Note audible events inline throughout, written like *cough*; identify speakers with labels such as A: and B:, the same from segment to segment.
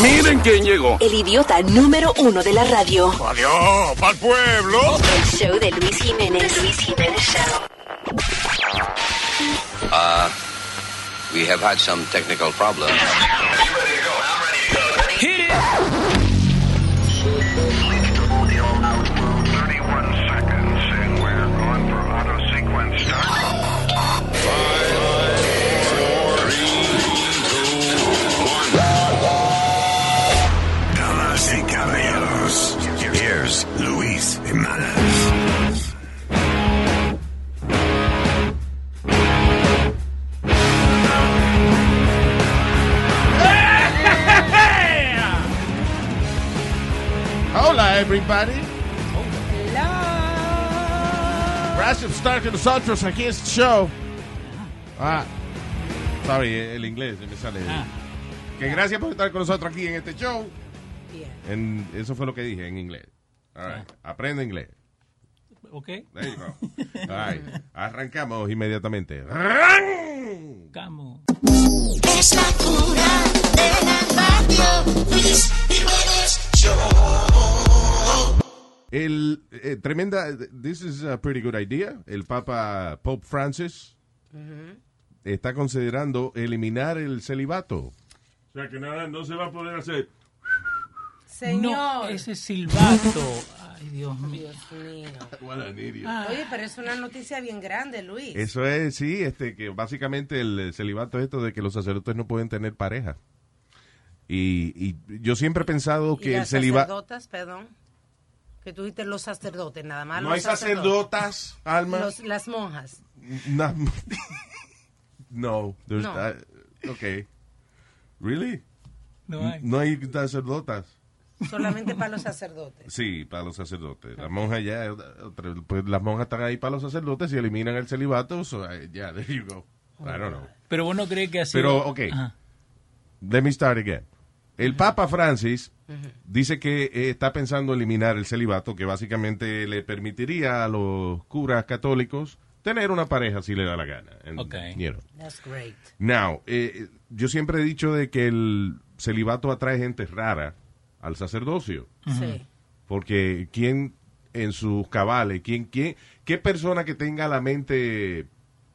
A: Miren quién llegó.
B: El idiota número uno de la radio.
A: Adiós, pa'l pueblo.
B: El show de Luis Jiménez. Luis Jiménez Show.
C: Uh, we have had some technical problems.
D: Damas y caballeros, here's Luis Jiménez.
E: Hola, everybody. Hello. Gracias por estar con nosotros aquí en este show. Ah, sorry, el inglés me sale. Que gracias por estar con nosotros aquí en este show. En- eso fue lo que dije en inglés. All right. Aprende inglés.
F: ¿Ok?
E: There you
F: *laughs*
E: go. All right. Arrancamos inmediatamente.
F: Camo.
G: Es la cura de la radio, Luis Jiménez Show.
E: El eh, tremenda. This is a pretty good idea. El Papa Pope Francis está considerando eliminar el celibato.
H: O sea que nada, no se va a poder hacer.
F: No,
I: Señor.
F: ese silbato. Ay, Dios mío.
I: Dios mío.
F: Ah.
I: Oye, pero es una noticia bien grande, Luis.
E: Eso es, sí, este, que básicamente el celibato es esto de que los sacerdotes no pueden tener pareja. Y, y yo siempre he pensado
I: y
E: que el
I: las
E: celibato...
I: sacerdotas, perdón. Que tú dijiste los sacerdotes, nada más.
E: No
I: los
E: hay sacerdotas, Alma.
I: Los- las monjas.
E: No, no, there's-
I: No.
E: uh, ok. Really?
F: No hay.
E: No hay sacerdotas.
I: Solamente para los sacerdotes.
E: Sí, para los sacerdotes. Las monjas ya, eh, otra- pues las monjas están ahí para los sacerdotes y eliminan el celibato. So, eh, yeah, there you go. I don't know.
F: Pero vos no crees que así.
E: Pero, ok.
F: Ajá.
E: Let me start again. El Papa Francis dice que eh, está pensando eliminar el celibato, que básicamente le permitiría a los curas católicos tener una pareja si le da la gana. And,
F: Ok.
E: you know.
I: That's great.
E: Now, eh, yo siempre he dicho de que el celibato atrae gente rara al sacerdocio,
I: Sí.
E: porque quién en sus cabales, quién, quién, qué persona que tenga la mente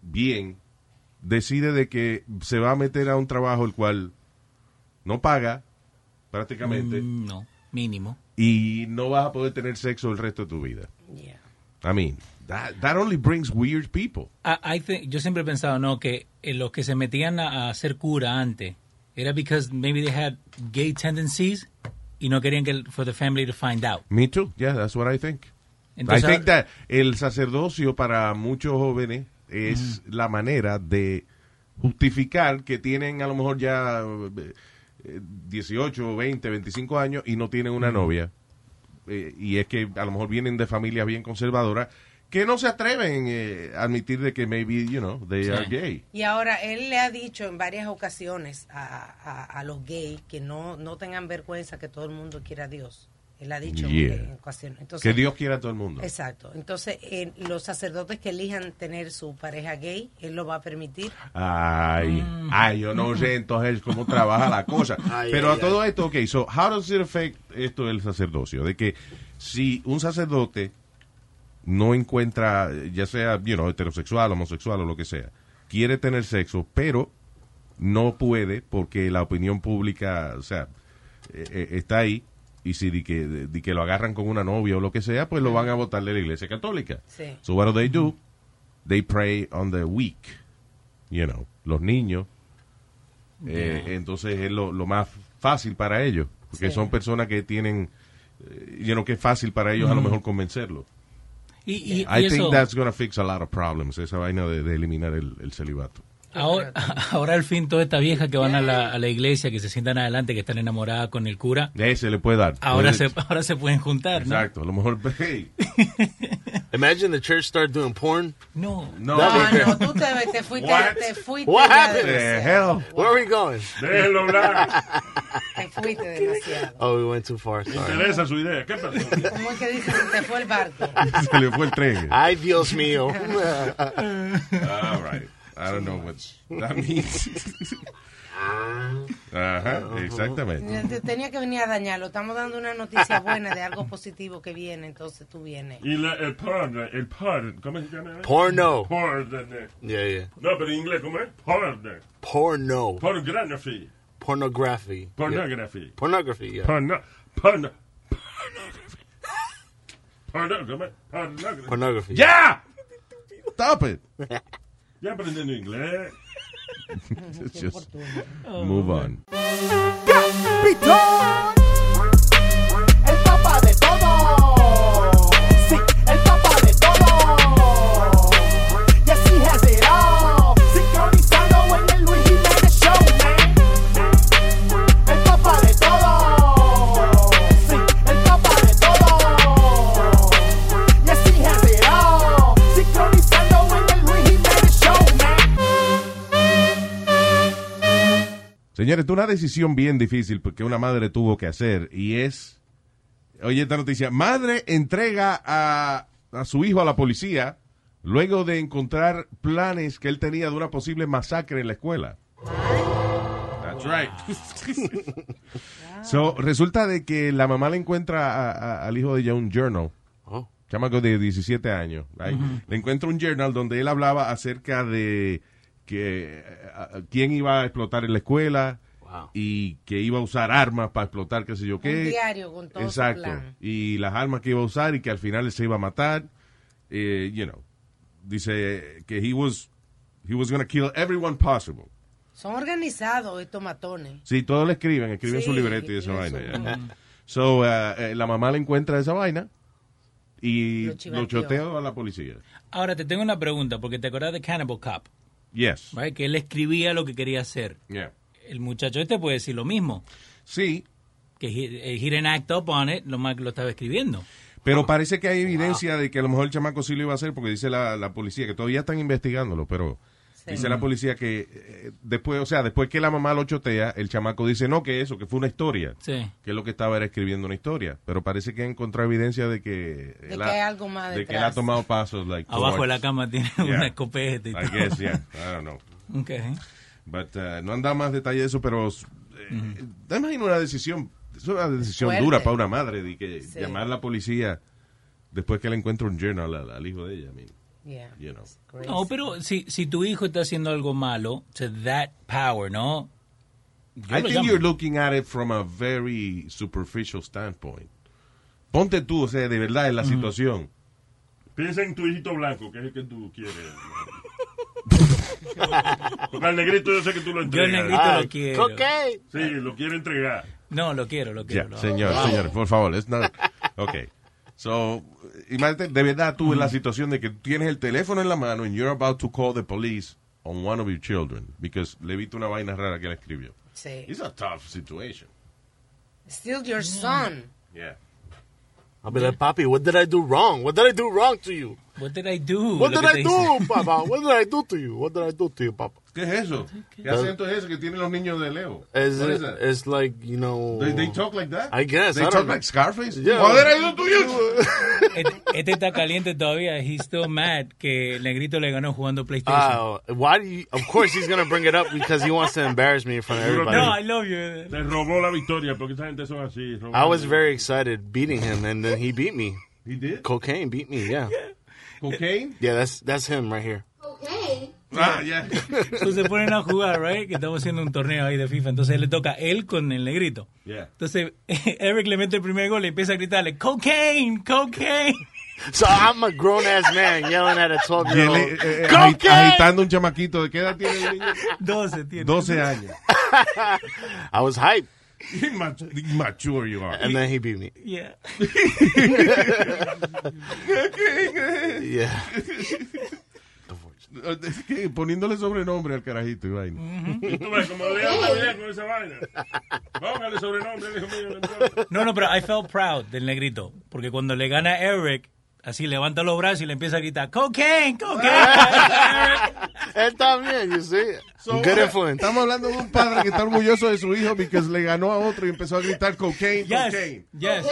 E: bien decide de que se va a meter a un trabajo el cual no paga prácticamente
F: Mm, No, mínimo.
E: y no vas a poder tener sexo el resto de tu vida.
I: Yeah.
E: I mean, that, that only brings weird people.
F: Ah, I think- yo siempre he pensado, no, que eh, los que se metían a, a hacer cura antes era because maybe they had gay tendencies y no querían que el- for the family to find out.
E: Me too. Yeah, that's what I think.
F: Entonces-
E: I think that el sacerdocio para muchos jóvenes es la manera de justificar que tienen a lo mejor ya eh, 18, 20, 25 años y no tienen una novia. Eh, y es que a lo mejor vienen de familias bien conservadoras que no se atreven eh, a admitir de que maybe, you know, they
F: Sí.
E: are gay.
I: Y ahora él le ha dicho en varias ocasiones a, a- a los gays que no, no tengan vergüenza que todo el mundo quiera a Dios. Él ha dicho
E: Yeah.
I: en ocasiones. Entonces,
E: que Dios quiera a todo el mundo.
I: Exacto. Entonces, eh, los sacerdotes que elijan tener su pareja gay, él lo va a permitir.
E: Ay, ay, yo no sé entonces cómo trabaja la cosa.
J: Mm. *laughs* Ay,
E: Pero
J: ay,
E: a todo esto, ok, so, how does it affect esto del sacerdocio? De que si un sacerdote no encuentra, ya sea, you know, heterosexual, homosexual o lo que sea, quiere tener sexo, pero no puede porque la opinión pública, o sea, eh, eh, está ahí. Y si di que, di que lo agarran con una novia o lo que sea, pues lo van a votar de la iglesia católica.
I: Sí.
E: So what do they do? They prey on the weak, you know, los niños. Eh, entonces es lo, lo más fácil para ellos, porque
I: Sí.
E: son personas que tienen, eh, you know, que es fácil para ellos a lo mejor convencerlo. Eh,
F: Y, y- y
E: I
F: eso,
E: think that's gonna fix a lot of problems, esa vaina de, de eliminar el, el celibato.
F: ahora, *laughs* ahora al fin toda esta vieja que van a la, a la iglesia, que se sientan adelante, que están enamoradas con el cura,
E: De ahí se le puede dar.
F: ahora
E: Puede-
F: se, *laughs* ahora se pueden juntar, ¿no?
E: Exacto, a lo mejor. *laughs* hey,
J: Imagine the church start doing porn.
F: No.
E: no,
I: Ah,
J: That'd be
I: no,
J: great.
I: tú te, te fuiste,
E: What?
I: te fuiste.
J: *laughs* What
I: ya
J: happened?
E: the
I: demasiado.
E: hell.
J: Where are we going?
H: Déjenlo hablar.
I: Te fuiste demasiado.
J: *laughs* Oh, we went too far. Sorry.
H: Interesa su idea. ¿Qué pasó?
I: ¿Cómo es que dicen que te fue el barco?
E: *laughs* se le fue el tren.
J: Ay, Dios mío.
E: All right. I don't know what that means. Ajá, exactamente.
I: Te- Tenía que venir a dañarlo. Estamos dando una noticia buena de algo positivo que viene, entonces tú vienes.
H: Y la, el porn, el porn, ¿cómo se llama?
J: Porno.
H: Porn.
J: Yeah, yeah.
H: No, pero en inglés, ¿cómo es? Porn.
J: Porno.
H: Pornography.
J: Pornography. Yeah.
H: Pornography.
J: Pornography, yeah.
H: Porno, porno, pornography. Porno, ¿cómo es? Pornography.
J: Pornography.
E: ¡Ya! Stop it.
H: Ya aprendiendo inglés.
E: Just move on.
G: El papá de todo. Sí, el papá de todo. Yes, he has it all. Sincronizado en el Luis Jiménez Show, man. El papá de todo. Sí, el papá de todo. Yes, he has it all. Sincronizado en el Luis Jiménez Show, man.
E: Señores, es una decisión bien difícil porque una madre tuvo que hacer y es, oye esta noticia, madre entrega a, a su hijo a la policía luego de encontrar planes que él tenía de una posible masacre en la escuela. That's right.
I: Ah.
E: so, resulta de que la mamá le encuentra a- a- al hijo de ella un journal,
J: Oh.
E: chamaco de 17 años, right? le encuentra un journal donde él hablaba acerca de que eh, a- a- quién iba a explotar en la escuela
J: *laughs* Wow.
E: y que iba a usar armas para explotar qué sé yo qué.
I: Un diario con todo su
E: Exacto.
I: plan.
E: Y las armas que iba a usar y que al final se iba a matar. Eh, you know, dice que he was he was gonna kill everyone possible.
I: Son organizados estos matones.
E: Sí, todos le escriben, escriben
I: Sí,
E: su libreto y esa vaina.
I: escriben
E: ya. So, uh, eh, la mamá le encuentra esa vaina y
I: Lo
E: lo,
I: chivateó.
E: choteó a la policía.
F: Ahora te tengo una pregunta, porque te acordás de Cannibal Cop,
E: Yes.
F: right? que él escribía lo que quería hacer.
E: Yeah.
F: El muchacho este puede decir lo mismo,
E: Sí,
F: que he, he didn't act up on it, lo más que lo estaba escribiendo.
E: pero parece que hay evidencia de que a lo mejor el chamaco sí lo iba a hacer porque dice la, la policía que todavía están investigándolo, pero
I: Sí.
E: dice la policía que eh, después, o sea, después que la mamá lo chotea, el chamaco dice no, que eso, que fue una historia.
F: Sí.
E: que lo que estaba era escribiendo una historia, pero parece que ha encontrado evidencia de que
I: De
E: él
I: que
E: ha-
I: hay algo más
E: de que él
I: detrás.
E: ha tomado pasos like,
F: Abajo de la
E: towards-
F: cama tiene *laughs*
E: Yeah.
F: una escopeta y
E: I
F: todo.
E: guess, yeah. I don't know.
F: Ok.
E: But, uh, no han dado más detalle de eso, pero eh, te imagino una decisión, es una decisión
I: Fuerte.
E: dura para una madre de que
I: Sí.
E: llamar a la policía después que le encuentra un journal al, al hijo de ella. I mean,
I: Yeah.
E: you know.
I: Crazy.
F: No, pero si, si tu hijo está haciendo algo malo, to that power, ¿no? Yo
E: I
F: lo
E: think
F: llamo.
E: you're looking at it from a very superficial standpoint. Ponte tú, o sea, de verdad, en la situación.
H: Piensa en tu hijito blanco, que es el que tú
J: *laughs*
H: quieres. Porque al negrito yo sé que tú lo
F: Yo el
H: entregas.
F: negrito
J: Ah,
F: lo quiero.
J: Okay.
H: Sí, lo quiero entregar.
F: No, lo quiero, lo
E: Ya,
F: quiero. lo-
E: señor, señor, por favor, es nada. Ok. So, imagínate, de verdad tú en la situación de que tienes el teléfono en la mano and you're about to call the police on one of your children because le viste una vaina rara que él escribió.
I: Sí.
E: It's a tough situation.
I: Still your son.
E: Yeah.
J: I'll be like, Papi, what did I do wrong? What did I do wrong to you?
F: What did I do?
J: What
F: Lo
J: did
F: que te
J: I
F: dice.
J: do, Papa?
F: *laughs*
J: What did I do to you? What did I do to you, Papa?
E: ¿Qué es eso? ¿Qué acento es ese que tienen los niños de Leo?
J: It's,
E: What is that?
J: it's like, you know.
E: They, they talk like that?
J: I guess,
E: They
J: I don't
E: talk
J: know.
E: like Scarface?
J: Yeah.
E: What did I do to you?
F: Este, este está caliente todavía. He's still mad que el negrito le ganó jugando PlayStation.
J: Wow. Why do you. Of course, he's going to bring it up because he wants to embarrass me in front of everybody.
F: No, I love you. eh.
H: Te robó la victoria, porque esa gente son así. roban-
J: I was very excited beating him, and then he beat me.
E: He did?
J: Cocaine beat me, yeah.
E: *laughs* Cocaine?
J: Yeah, that's that's him right
F: *laughs*
J: here.
E: Ah, yeah.
F: Entonces se ponen a jugar, right? Que estamos haciendo un torneo ahí de FIFA. Entonces le toca él con el negrito.
E: Yeah.
F: Entonces *laughs* Eric le mete el primer gol y empieza a gritarle, cocaine, cocaine.
J: So I'm a grown ass man yelling at a 12
E: Y
J: year
E: él,
J: old.
E: eh, eh,
J: Cocaine!
E: agi- agitando un chamaquito. ¿De qué edad tiene el niño?
F: 12 tiene.
E: 12 años. *laughs*
J: I was hyped,
E: Immature you are.
J: and then he beat me. *laughs*
F: Yeah.
J: Yeah.
E: ¿Qué? Poniéndole sobrenombre al carajito, y vaina. *laughs*
H: Y tú ves, como Leo también con esa vaina. Póngale sobrenombre, hijo mío. entonces.
F: No, no, pero I felt proud del negrito. Porque cuando le gana a Eric, así levanta los brazos y le empieza a gritar, cocaine, cocaine.
J: Él también, you see. Good influence.
E: Estamos hablando de un padre que está *laughs* orgulloso de su hijo porque le ganó a otro y empezó a gritar cocaine, cocaine.
F: Yes.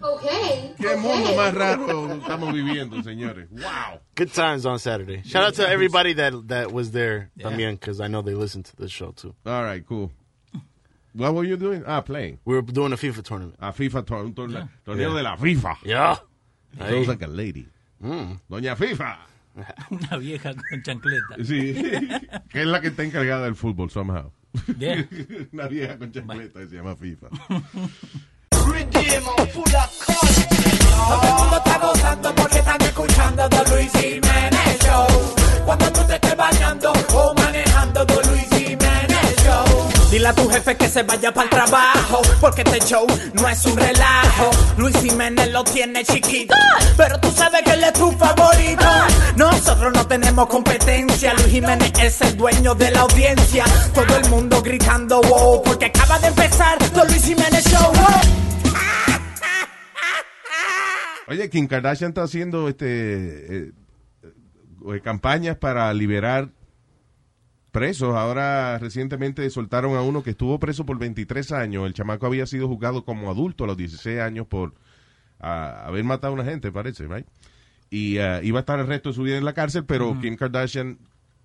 K: okay.
E: Qué mundo más raro estamos viviendo, señores. Wow.
J: Good times on Saturday. Shout out to everybody that that was there también, because I know they listen to this show too.
E: All right, cool. What were you doing? Ah, playing.
J: We were doing a FIFA tournament.
E: A FIFA, tor- un torne- torneo de la FIFA.
J: Yeah. Mm.
E: Sounds like a lady. Doña
J: *laughs*
E: FIFA.
F: *laughs* Una vieja con chancleta.
E: Sí. que es la que está encargada del fútbol, somehow.
F: Yeah.
E: *laughs* Una vieja con chancleta que se llama FIFA.
G: Todo el mundo está gozando porque están escuchando The Luis Jiménez Show. Cuando tú te estés bañando o manejando The Luis Jiménez Show. Dile a tu jefe que se vaya para el trabajo porque este show no es un relajo. Luis Jiménez lo tiene chiquito, pero tú sabes que él es tu favorito. Nosotros no tenemos competencia, Luis Jiménez es el dueño de la audiencia. Todo el mundo gritando wow porque acaba de empezar The Luis Jiménez Show. wow.
E: Oye, Kim Kardashian está haciendo este eh, eh, campañas para liberar presos. Ahora recientemente soltaron a uno que estuvo preso por 23 años. El chamaco había sido juzgado como adulto a los 16 años por ah, haber matado a una gente, parece, right? Y ah, iba a estar el resto de su vida en la cárcel, pero Kim Kardashian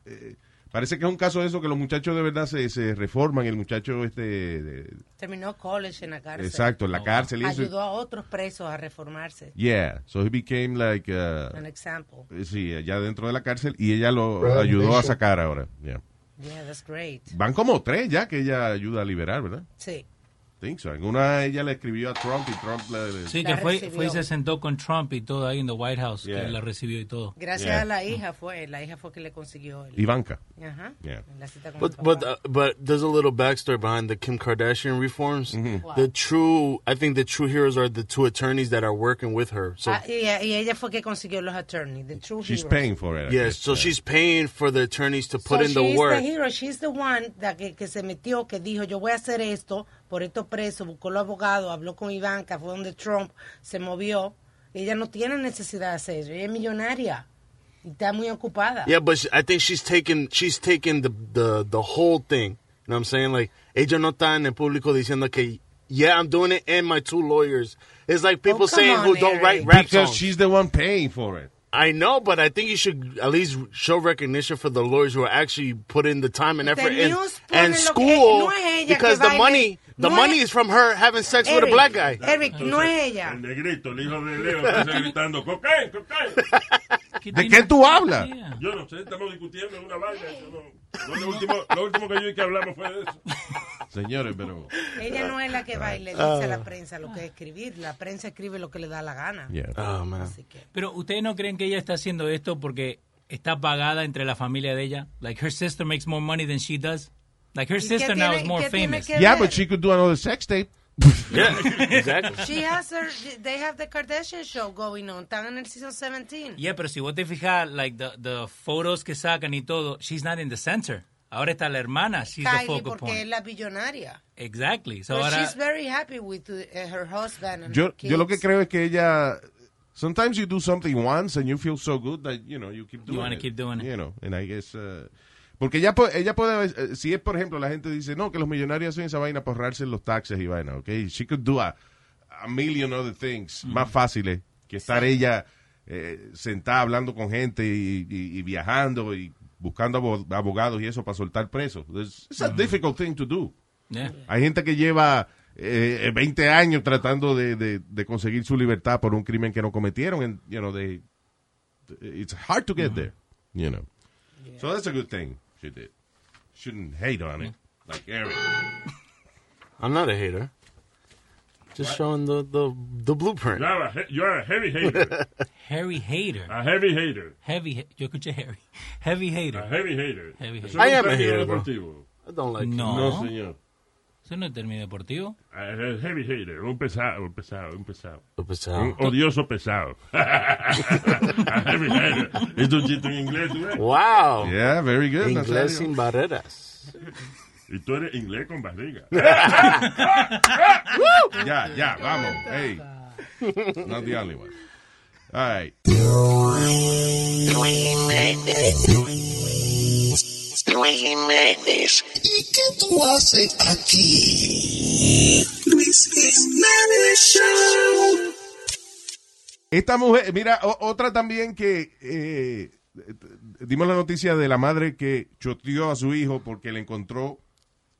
E: eh, parece que es un caso de eso que los muchachos de verdad se, se reforman. El muchacho este de-
I: Terminó college en la cárcel.
E: exacto en la cárcel y eso.
I: Ayudó a otros presos a reformarse.
E: Yeah, so he became like uh,
I: An example.
E: Sí, allá dentro de la cárcel y ella lo ayudó a sacar ahora. Yeah.
I: Yeah, that's great.
E: Van como tres ya que ella ayuda a liberar, ¿verdad?
I: Sí.
E: Think so. En una ella le escribió a Trump y Trump le... le-
F: Sí,
I: La
F: que fue,
I: recibió.
F: fue y se sentó con Trump y todo ahí en the White House,
E: Yeah.
F: que la recibió y todo.
I: Gracias
E: Yeah.
I: a la hija fue, la hija fue que le consiguió el.
E: Ivanka.
I: Ajá.
E: Uh-huh. Yeah.
I: La cita con
J: But
I: el
J: but
I: papá.
J: uh, but there's a little backstory behind the Kim Kardashian reforms.
E: Mm-hmm.
J: The true, I think the true heroes are the two attorneys that are working with her. So
I: Ah, y, y ella fue que consiguió los attorneys, the true
E: She's
I: heroes.
E: paying for it. I guess.
J: yes, so she's paying for the attorneys to put
I: So
J: in the
I: she's
J: work.
I: the hero. She's the one that que, que se metió, que dijo, yo voy a hacer esto, por esto preso, buscó los abogados, habló con Ivanka, fue donde Trump se movió. Ella no tiene necesidad de hacer eso, ella es millonaria y está muy ocupada.
J: Yeah, but she, I think she's taking she's taking the the the whole thing. You know what I'm saying? Like ella no está en el público diciendo que yeah, I'm doing it and my two lawyers. It's like people
I: Oh, come
J: saying
I: on,
J: who don't
I: Eric.
J: write rap
E: Because
J: songs.
E: she's the one paying for it.
J: I know, but I think you should at least show recognition for the lawyers who are actually put in the time and
I: The
J: effort and,
I: news
J: and
I: ponen lo que-
J: school
I: no es ella que
J: because
I: va
J: the
I: y le-
J: money the
I: no
J: money
I: es-
J: is from her having sex with a black guy.
I: Eric, no es ella.
H: El negrito, el hijo de Leo, que está gritando, cocaine, cocaine.
E: ¿De qué tú hablas?
F: Yeah.
H: Yo no sé, estamos discutiendo una vaina. Yo no, no, lo, último, lo último que yo y que hablamos fue de eso.
E: Señores, pero...
I: Ella no es la que va y le dice a
J: Ah.
I: la prensa lo que es escribir. La prensa escribe lo que le da la gana.
E: Yeah.
J: Oh man.
I: Así que,
F: Pero ustedes no creen que ella está haciendo esto porque está pagada entre la familia de ella? Like her sister makes more money than she does. Like her
I: ¿Y qué
F: sister now
I: tiene-
F: is more
I: qué tiene
F: famous.
I: que
E: Yeah,
I: ver?
E: but she could do another sex tape.
I: *laughs*
J: Yeah, exactly.
I: She has her, they have the Kardashian show going on. Están en el season 17.
F: Yeah, pero si vos te fijas, like the, the photos que sacan y todo, she's not in the center. Ahora está la hermana, she's the
I: Kylie
F: focal
I: porque es
F: point.
I: la billonaria.
F: Exactly. So
I: But
F: ahora,
I: she's very happy with uh, her husband and
E: Yo,
I: her kids.
E: yo lo que creo es que ella... Sometimes you do something once and you feel so good that, you know, you keep doing
F: You wanna
E: it.
F: keep doing it.
E: You know, and I guess... uh, porque ella, po- ella puede... haber- eh, si es, por ejemplo, la gente dice, no, que los millonarios hacen esa vaina para ahorrarse los taxes y vaina, ok? She could do a, a million other things más fáciles que estar ella eh, sentada hablando con gente y, y- y viajando y buscando abo- abogados y eso para soltar presos. It's, it's a difficult thing to do.
F: Yeah.
E: Hay gente que lleva eh, 20 años tratando de, de- de conseguir su libertad por un crimen que no cometieron. And, you know, they, it's hard to get there, you know. So that's a good thing she did. Shouldn't hate on it, like Eric.
J: I'm not a hater. Just showing the, the the blueprint.
H: You're a, he- you're a heavy hater.
F: Harry Hater.
H: A heavy hater.
F: Heavy, he- yo escuché Harry. Heavy
H: A
F: Hater.
H: heavy hater.
F: Heavy
H: Eso
F: hater.
H: no
J: I am
H: está
J: a
H: en el
J: hater, bro.
H: deportivo.
J: I don't like it.
F: No,
E: No, señor.
F: eso no es término deportivo.
H: A he- heavy hater. eh, Un pesado, un pesado, un pesado.
J: But it's, uh,
H: Un odioso
E: *laughs*
H: pesado. *laughs* a heavy hater. Es un chiste en inglés, ¿tú ves?
J: Wow.
E: Yeah, very good.
J: Inglés
E: Nazario.
J: sin barreras.
H: Y tú eres inglés con barriga.
E: Ya, ya, vamos. Hey. Not the only one. All right.
K: Luis Jiménez. ¿Y qué tú haces aquí? Luis Jiménez Show.
E: Esta mujer, mira, o- otra también que eh, dimos la noticia de la madre que choteó a su hijo porque le encontró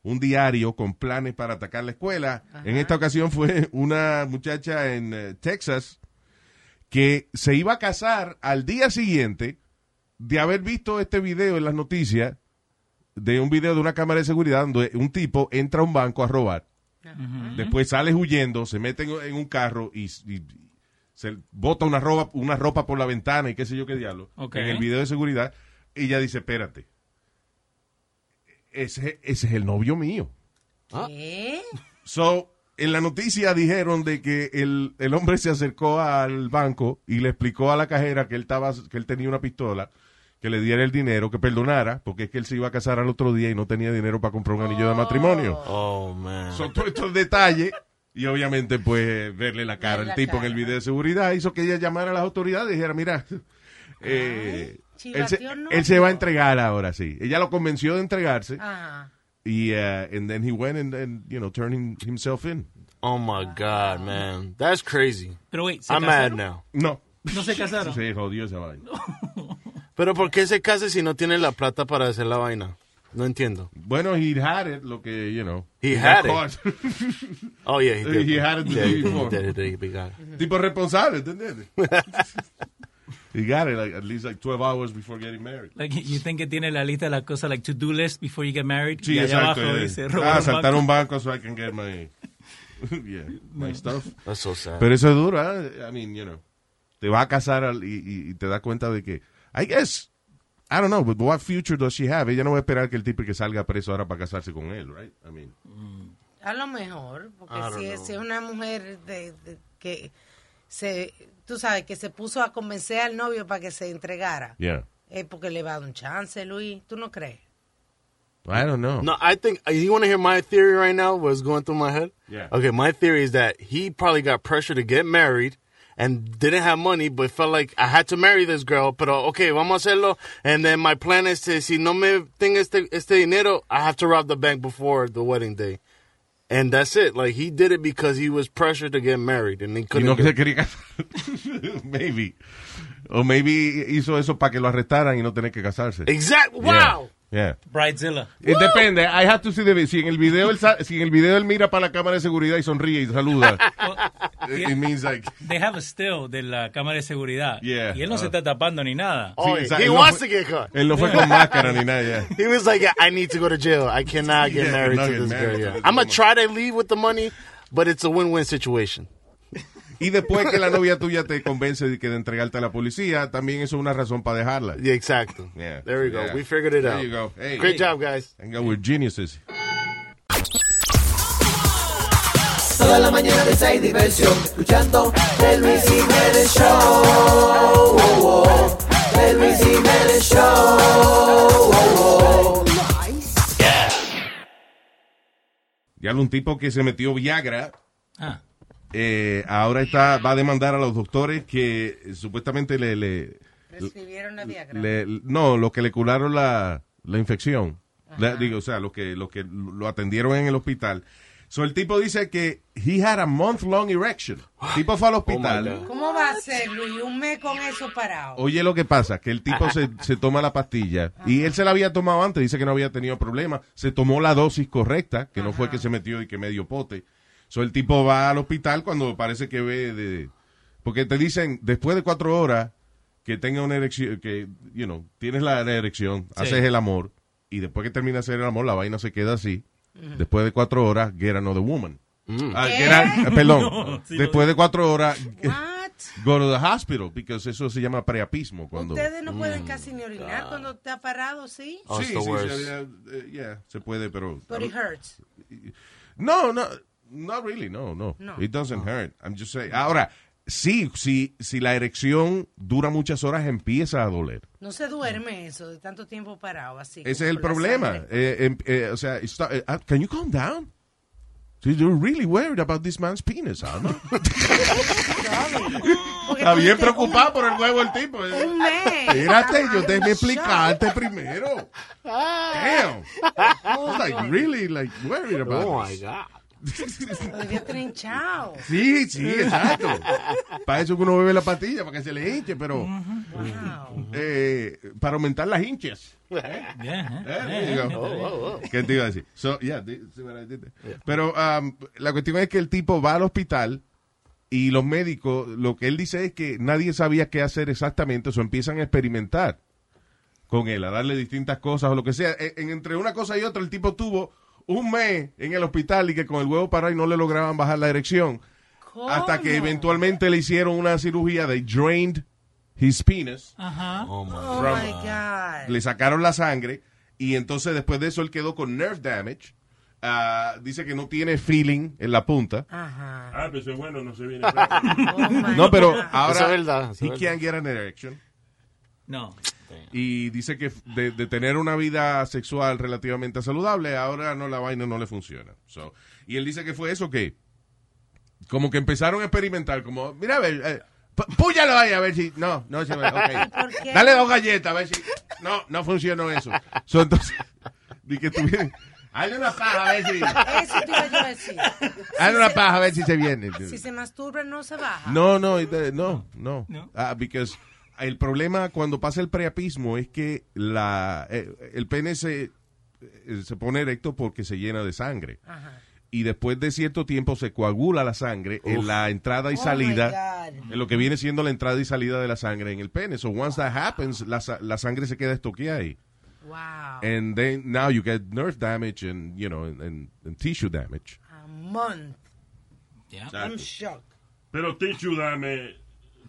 E: un diario con planes para atacar la escuela. En esta ocasión fue una muchacha en eh, Texas que se iba a casar al día siguiente de haber visto este video en las noticias de un video de una cámara de seguridad donde un tipo entra a un banco a robar. Después sale huyendo, se mete en, en un carro y, y se bota una ropa, una ropa por la ventana y qué sé yo qué diablo.
F: Ok.
E: En el video de seguridad, ella dice, espérate, ese, ese es el novio mío.
F: Ah.
I: ¿Qué?
E: So, en la noticia dijeron de que el, el hombre se acercó al banco y le explicó a la cajera que él, estaba, que él tenía una pistola, que le diera el dinero, que perdonara, porque es que él se iba a casar al otro día y no tenía dinero para comprar un anillo de matrimonio.
J: Oh, man.
E: Son todos estos detalles. Y obviamente, pues, verle la cara
I: Verle la
E: al tipo
I: cara.
E: en el video de seguridad hizo que ella llamara a las autoridades y dijera, mira, eh, él, se,
I: chivateó el
E: él se va a
I: novio.
E: entregar ahora, sí. Ella lo convenció de entregarse
I: Ajá.
E: y, eh, and then he went and, and, you know, turned him- himself in.
J: Oh my God, man. That's crazy.
F: Pero wait, ¿se
J: I'm mad
F: casaron?
J: now.
E: No.
F: No se casaron.
E: Se jodió esa
F: *laughs*
E: vaina.
J: Pero ¿por qué se casa si no tiene la plata para hacer la vaina? No entiendo.
E: Bueno, he had it, lo que, you know.
J: He had
E: got caught.
J: *laughs* Oh yeah,
E: *laughs*
J: he did.
E: He had it the
J: Yeah,
E: day
J: he did,
E: before.
J: he did, he did, he got it.
E: tipo responsable,
J: *laughs*
E: ¿entendés? he got it, like, at least like 12 hours before getting married.
F: Like, you think que tiene la lista de las cosas, like to-do list before you get married.
E: Sí,
F: y allá
E: exacto.
F: abajo
E: eh.
F: dice,
E: ah,
F: robar un
E: saltar
F: banco.
E: un banco so I can get my, *laughs* yeah, my stuff.
J: That's so sad.
E: Pero eso es duro, ¿eh? I mean, you know. Te va a casar al- y, y- y te da cuenta de que, I guess, I don't know, but what future does she have? Ella no va a esperar que el tipo que salga preso ahora para casarse con él, right? I mean,
I: A lo mejor,
J: I
I: porque
J: don't
I: si es,
J: know.
I: si es una mujer de, de- que se, tú sabes, que se puso a convencer al novio para que se entregara,
E: yeah.
I: es porque le va a dar un chance, Luis. ¿Tú no crees?
E: I don't know.
J: No, I think uh, you want to hear my theory right now. What's going through my head?
E: Yeah.
J: Okay, my theory is that he probably got pressure to get married and didn't have money, but felt like I had to marry this girl. But uh, okay, vamos a hacerlo. And then my plan is to si no me tengo este este dinero, I have to rob the bank before the wedding day. And that's it. Like he did it because he was pressured to get married, and he
E: Y
J: couldn't.
E: no
J: do
E: se
J: it.
E: quería casar. *laughs* maybe. O maybe hizo eso para que lo arrestaran y no tener que casarse.
J: Exactly.
E: Yeah.
J: Wow.
E: Yeah.
F: Bridezilla.
E: Eh, depende, I have to see the video. Si en el video él, sa- si en el video él mira para la cámara de seguridad y sonríe y saluda, it, it means like
F: They have a still de la cámara de seguridad.
E: Yeah.
F: Y él no se
E: Ah.
F: está tapando ni nada.
J: Oh,
E: Sí, exacto.
J: he
E: No
J: wants
E: fue-
J: to get caught.
E: él no fue con máscara ni nada. yeah.
J: *laughs* He was like, I need to go to jail. I
E: *laughs*
J: cannot get
E: Yeah,
J: married
E: not
J: to
E: get
J: this
E: married
J: girl.
E: to
J: Yeah.
E: this
J: I'm going
E: woman.
J: to try to leave with the money, but it's a win win situation.
E: Y después que la novia tuya te convence de que de entregarte a la policía, también eso es una razón para dejarla.
J: Yeah, exactly.
E: Yeah,
J: There we go.
E: yeah.
J: We figured it
E: There
J: out.
E: you go. Hey, hey.
J: Great job, guys.
E: Venga, we're geniuses.
K: Toda la mañana de esa diversión, escuchando el Luis Jiménez Show. El Luis Jiménez Show.
E: Ya un tipo que se metió Viagra.
F: Ah.
E: eh, ahora está va a demandar a los doctores que eh, supuestamente le, le-
I: Prescribieron la Viagra.
E: le- no, los que le curaron la, la infección. La- digo, o sea, los que, los que lo atendieron en el hospital. So el tipo dice que he had a month long erection. El tipo fue al hospital.
I: ¿Cómo va a ser, Luis? Un mes con eso parado.
E: Oye lo que pasa, que el tipo se, se toma la pastilla y él se la había tomado antes, dice que no había tenido problema, se tomó la dosis correcta, que no fue que se metió y que medio pote. So el tipo va al hospital cuando parece que ve de... Porque te dicen, después de cuatro horas, que tenga una erección, que, you know, tienes la, la erección, haces el amor, y después que termina de hacer el amor, la vaina se queda así. Después de cuatro horas, get another woman. Ah, get a- perdón,
F: sí,
E: después de cuatro horas,
I: What?
E: go to the hospital, because eso se llama preapismo.
F: Mm.
E: Cuando... Mm,
I: Ustedes no pueden casi ni orinar cuando está parado, ¿sí?
J: Oh, it's
E: sí,
J: the
E: sí,
J: worst.
E: se- eh, yeah, se puede, pero...
I: But it hurts.
E: No, no, not really, no, no.
I: No.
E: It doesn't hurt. I'm just saying. Ahora, sí, sí, si la erección dura muchas horas, empieza a doler.
I: No se duerme eso de tanto tiempo parado así.
E: Ese es
I: como
E: el
I: con la
E: problema.
I: sangre.
E: Eh, em- eh, o sea, it's not- eh, ah, can you calm down? So you're really worried about this man's
I: *laughs*
E: penis, Alma. Está bien preocupado por el huevo el tipo.
G: Un mes.
E: Espérate, yo te voy a explicarte primero. Damn. I was like really like worried about
G: Oh, my
E: this.
G: God.
I: Todavía está hinchado.
E: *laughs* Sí, sí, exacto. Para eso que uno bebe la pastilla, para que se le hinche, pero eh, para aumentar las hinchas. There you go.
L: Oh,
E: *laughs* ¿Qué te iba a decir? So, yeah, this is what I did there. Pero um, la cuestión es que el tipo va al hospital y los médicos, lo que él dice es que nadie sabía qué hacer exactamente, eso empiezan a experimentar con él, a darle distintas cosas o lo que sea. E, En- en- entre una cosa y otra, el tipo tuvo un mes en el hospital y que con el huevo parado y no le lograban bajar la erección. Hasta que eventualmente le hicieron una cirugía, they drained his penis
I: Ajá. Oh, my,
E: From-
I: God.
E: le sacaron la sangre y entonces después de eso él quedó con nerve damage. Ah, dice que no tiene feeling en la punta.
H: Ah, pero eso es bueno, no se
E: *laughs*
H: viene.
E: no, pero ahora
J: Eso es verdad, eso
E: he
J: es verdad.
E: can't get an erection.
F: No.
E: Y dice que de, de tener una vida sexual relativamente saludable, ahora no la vaina no le funciona. So, y él dice que fue eso que como que empezaron a experimentar, como, mira, a ver, eh, pu- púyalo ahí a ver si no, no se ve.
G: *laughs*
E: ok.
G: ¿Por qué?
E: Dale dos galletas a ver si no, no funcionó eso. So, entonces *laughs* di que tuvieron Hazle una paja
I: *laughs*
E: a ver si.
I: Eso te iba yo a decir.
E: Hazle una Ah, paja a ver si se viene.
I: Si se masturba, no se baja.
E: No, no, it- eh, no, no. Ah, because el problema cuando pasa el preapismo es que la, eh, el pene se, eh, se pone erecto porque se llena de sangre. Y después de cierto tiempo se coagula la sangre en la entrada y
G: Oh,
E: salida,
G: my God.
E: en lo que viene siendo la entrada y salida de la sangre en el pene. So once that happens, la, sa- la sangre se queda estoqueada ahí.
I: Wow.
E: And then now you get nerve damage and, you know, and- and- and tissue damage.
I: A month. I'm
H: Exacto.
I: shocked.
H: Pero Tichu, dame.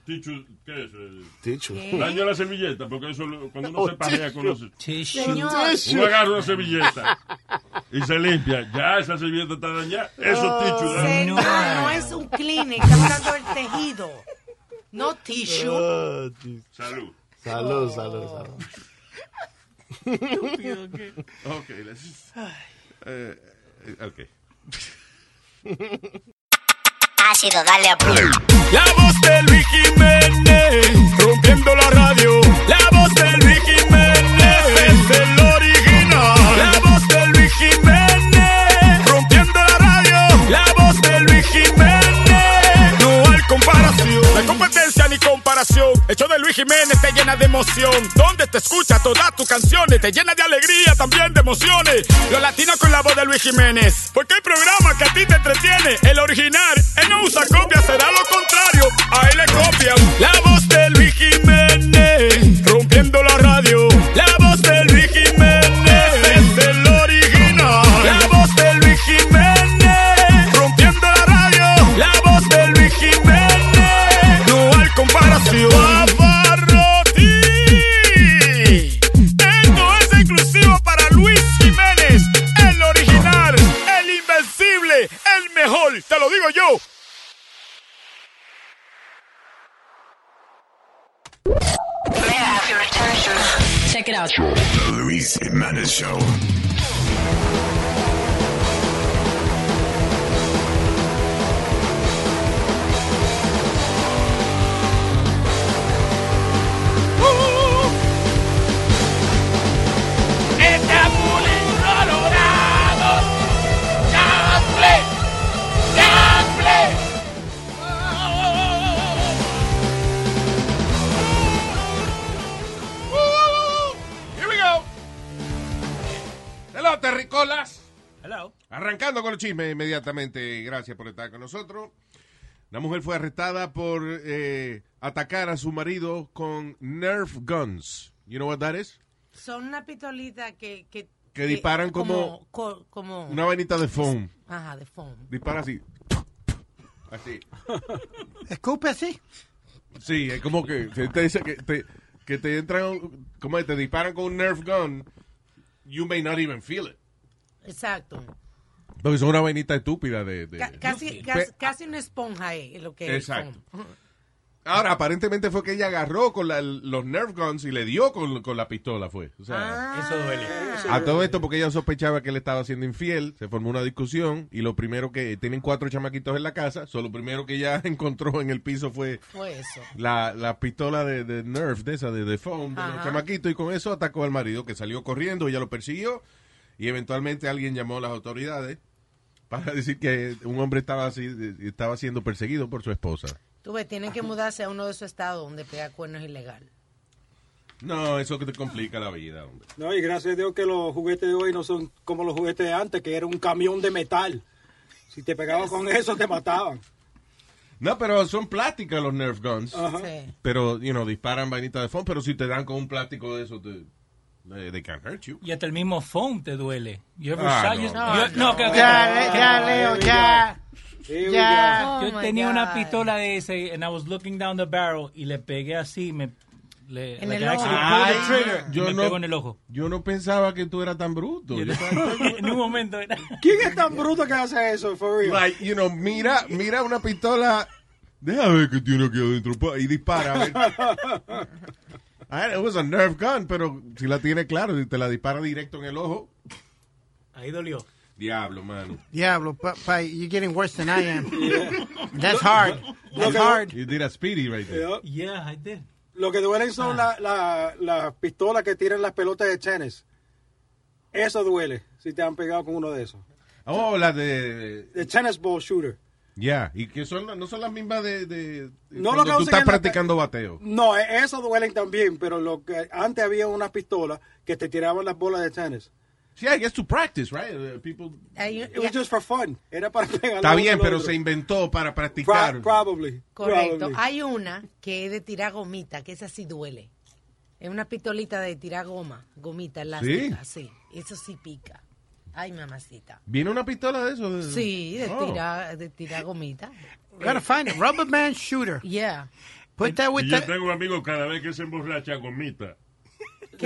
H: Tichu, ¿qué es?
J: Tichu.
I: ¿Qué?
H: Daño a la servilleta, porque eso lo- cuando uno
J: Oh,
H: se pajea con los.
F: Tichu.
I: Señor.
H: Uno agarra una servilleta y se limpia. Ya esa servilleta está dañada.
J: Ah,
H: Eso es Tichu, dame.
I: Señor, no es un clinic, está hablando del tejido. No
H: Oh,
I: tissue.
J: Ah, sí.
H: Salud.
E: Oh.
J: Salud, salud,
G: Oh.
J: salud.
E: Ok, let's- eh, eh, ok.
M: Ácido, dale a play.
G: La voz de Luis Jiménez, rompiendo la radio. La voz de Luis Jiménez, es el original. La voz de Luis Jiménez, rompiendo la radio. La voz de Luis Jiménez, no hay comparación. No hay competencia ni comparación. El show de Luis Jiménez te llena de emoción. Donde te escucha todas tus canciones, te llena de alegría, también de emociones. Los latinos con la voz de Luis Jiménez. Porque el programa que a ti te entretiene, el original, él no usa copia, será lo contrario. A él le copian. La voz de Luis Jiménez, rompiendo la radio. La voz de Luis Jiménez, es el original. La voz de Luis Jiménez, rompiendo la radio. La voz de Luis Jiménez, no hay comparación. Pavarotti. Esto es exclusivo para Luis Jiménez, el original, el invencible, el mejor. Te lo digo yo.
M: Check it out.
D: The Luis Jimenez Show.
G: Estambulín colorado. ¡Chample! ¡Chample!
L: Oh.
E: Here we go. Hello, terricolas. Hello. Arrancando con los chismes inmediatamente. Gracias por estar con nosotros. La mujer fue arrestada por eh, atacar a su marido con Nerf guns. You know what that is?
I: Son una pistolita que... Que,
E: Que disparan como-
I: co- Como...
E: Una vainita de foam.
I: Ajá, de foam.
E: Dispara así. Así.
N: Escupe así.
E: Sí, es como que te, te dice que te, que te entran, como te disparan con un Nerf gun. You may not even feel it.
I: Exacto.
E: Porque son una vainita estúpida de. de-
I: Ca- casi,
E: Pe-
I: casi, casi una esponja es lo que es.
E: Exacto.
I: foam.
E: Ahora, aparentemente fue que ella agarró con la- los Nerf Guns y le dio con, con la pistola, fue. O sea,
I: Ah.
F: Eso duele.
E: a todo esto porque ella sospechaba que él estaba siendo infiel, se formó una discusión y lo primero que tienen cuatro chamaquitos en la casa, solo lo primero que ella *laughs* encontró en el piso fue
I: Fue eso.
E: la, la pistola de, de Nerf, de esa, de, de foam, de los
I: Ajá.
E: chamaquitos, y con eso atacó al marido que salió corriendo, ella lo persiguió y eventualmente alguien llamó a las autoridades *laughs* para decir que un hombre estaba, así, estaba siendo perseguido por su esposa.
I: Tú ves, tienen que mudarse a uno de esos estados donde pegar cuernos es ilegal.
E: No, eso que te complica la vida, hombre.
O: No, y gracias a Dios que los juguetes de hoy no son como los juguetes de antes, que era un camión de metal. Si te pegaban con eso, te mataban.
E: No, pero son plásticas los Nerf Guns.
O: Ajá.
E: Pero, you know, disparan vainitas de foam, pero si te dan con un plástico de eso, te, eh, they can hurt you.
F: Y hasta el mismo phone te duele. You ever
E: Ah,
F: shot
E: no.
F: your-
E: No,
F: yo- no,
E: no.
F: que- que-
E: Ya, le- ya, Leo, ya. Oh
O: Here we
F: Ya.
O: go.
F: Yo tenía una pistola de ese, and I was looking down the barrel, y le pegué así, me... Le,
O: En el
F: like, I
O: ojo.
F: actually
E: ah,
F: pulled the
O: Ay,
F: trigger,
E: yo
F: y me
E: no-
F: pegó en el ojo.
E: Yo no pensaba que tú eras tan bruto. Yo estaba-
F: *laughs* en un momento era...
O: ¿Quién es tan bruto que hace eso, for real?
E: like, you know, mira, mira una pistola. Deja ver que tiene aquí adentro. pa, Y dispara. *laughs* a ver. Ah, It was a Nerf Gun, pero si la tiene claro, si te la dispara directo en el ojo.
F: Ahí dolió.
E: Diablo, mano.
N: Diablo, pa, pa, you're getting worse than I am.
O: Yeah.
N: That's
E: *laughs*
N: hard.
O: Lo
N: That's
O: que-
N: hard.
E: You did a speedy right there.
O: Yeah.
F: Yeah, I did. Ah.
O: Lo que duelen son la- la- las pistolas que tiran las pelotas de tenis. Eso duele, si te han pegado con uno de esos.
E: Oh, la de.
O: The tennis ball shooter.
E: Ya, y que son, la- no son las mismas de. de
O: No
E: cuando
O: lo que usan
E: tú estás
O: en la-
E: practicando bateo.
O: No, e- eso duelen también, pero lo que antes había unas pistolas que te tiraban las bolas de tenis.
E: Sí, I guess to practice, right? Uh, people...
O: It was just for fun. Era para pegar.
E: Está bien, pero se inventó para practicar.
O: Probably.
I: Correcto.
O: probably.
I: Hay una que es de tirar gomita, que esa sí duele. Es una pistolita de tirar goma, gomita elástica, sí. Eso sí pica. Ay, mamacita.
E: ¿Viene una pistola de eso?
I: Sí, de
N: Oh.
I: tirar, de tirar gomita. Eh,
N: Gotta find it. Rubber man shooter.
I: Yeah.
N: Put that with
H: Y yo
N: the.
H: tengo un amigo cada vez que se emborracha gomita.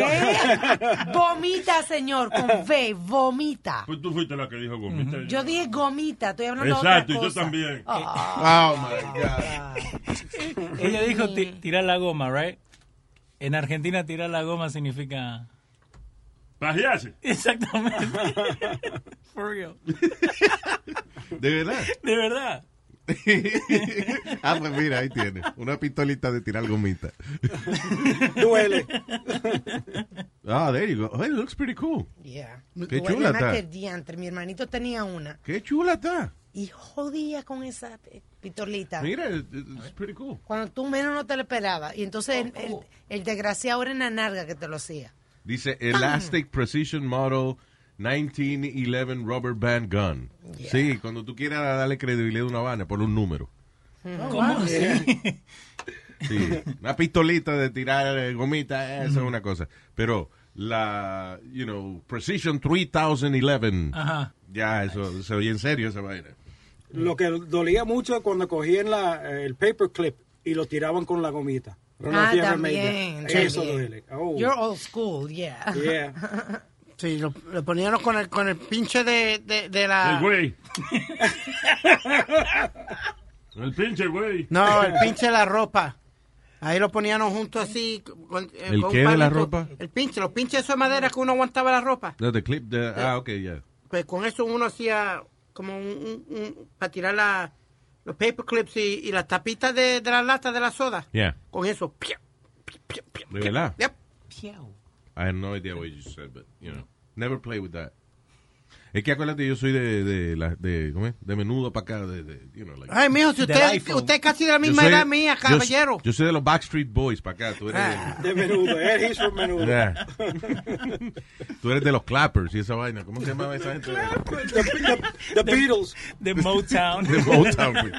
I: ¿Qué? Vomita, señor, con V, vomita.
H: Pues tú fuiste la que dijo gomita.
I: Yo dije gomita, estoy hablando
H: Exacto,
I: de otra
H: y yo
I: cosa. Ah,
H: también.
E: Oh, my God.
F: Ella dijo ti- tirar la goma, right? En Argentina tirar la goma significa...
H: Pajearse.
F: *laughs* Exactamente. For real.
E: De verdad. *laughs*
F: De verdad.
E: ah, pues mira, ahí tiene. Una pistolita de tirar gomita.
O: *laughs* Duele.
E: *laughs* Ah, there you go. Oh, it looks pretty cool.
I: Yeah.
E: Qué
I: Duele
E: chula
I: más
E: está.
I: que el diantre. Mi hermanito tenía una
E: Qué chula está.
I: y jodía con esa eh, pistolita.
E: Mira, it- it's pretty cool. Oh,
I: Cuando tú menos no te lo esperabas. Y entonces el, el, el desgraciado era en la narga que te lo hacía.
N: Ah.
E: Dice Elastic Precision Model 1911 Rubber Band Gun. Sí, cuando tú quieras darle credibilidad a una vaina, por un número.
F: ¿Cómo
I: wow. *laughs*
F: así?
N: *laughs*
E: Sí, una pistolita de tirar eh, gomita, eso es una cosa. Pero la, you know, Precision 3011.
N: Ah.
F: Ajá.
E: Ya, eso se oye en serio esa vaina.
O: Lo que dolía mucho es cuando cogían la, el paperclip y lo tiraban con la gomita. Pero no
I: ah,
O: hacía
I: también.
O: remedio. Eso
I: también.
O: duele. Oh.
I: You're old school, yeah.
O: Yeah.
I: *laughs*
N: Sí, lo, lo poníamos con el, con el pinche de, de, de la.
H: El güey. El pinche güey.
N: No, el pinche de la ropa. Ahí lo poníamos junto así. Con, eh,
E: ¿El
N: con un
E: qué de la
N: palito.
E: ropa?
N: El pinche, los pinches esos de madera que uno aguantaba la ropa.
E: No, the clip,
N: Eh,
E: the- ah, ok, ya.
N: Pues con eso uno hacía como un. un- un- para tirar la, los paperclips y, y las tapitas de, de las latas de la soda.
E: Yeah.
N: Con eso. ¡pia!
E: De verdad.
N: Yep.
E: I have no idea what you just said, but, you know, never play with that. Es que acuérdate, yo soy de, de, la- de, ¿cómo es? de menudo para acá, de, de, you know, like-
N: Ay, mijo, si
E: Del
N: usted,
E: iPhone.
N: usted es casi de la
E: Yo
N: misma
E: soy-
N: edad mía,
E: yo-
N: caballero. Ah.
E: Yo, soy de los Backstreet Boys para acá, tú eres, de,
O: De menudo. eh, he's from menudo.
E: Yeah.
L: *laughs*
E: tú eres de los Clappers y esa vaina. ¿Cómo se llama esa gente?
O: The, the- the Beatles.
F: De Motown.
E: De Motown, güey.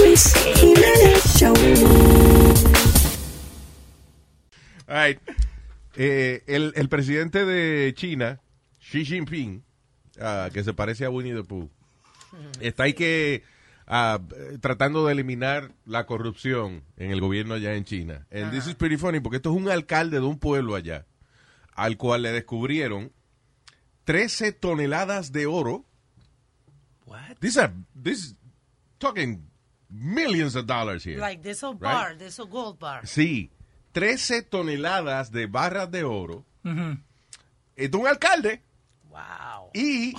G: Luis Jiménez Show.
E: All right. Eh, el, el presidente de China, Xi Jinping, ah, que se parece a Winnie the Pooh, está ahí que ah, tratando de eliminar la corrupción en el gobierno allá en China. And this is pretty funny porque esto es un alcalde de un pueblo allá al cual le descubrieron 13 toneladas de oro.
F: What?
E: These are, this talking millions of dollars here.
I: Like, there's a
E: Right?
I: bar, there's a gold bar.
E: Sí, 13 toneladas de barras de oro. Es de un alcalde.
I: Wow.
E: Y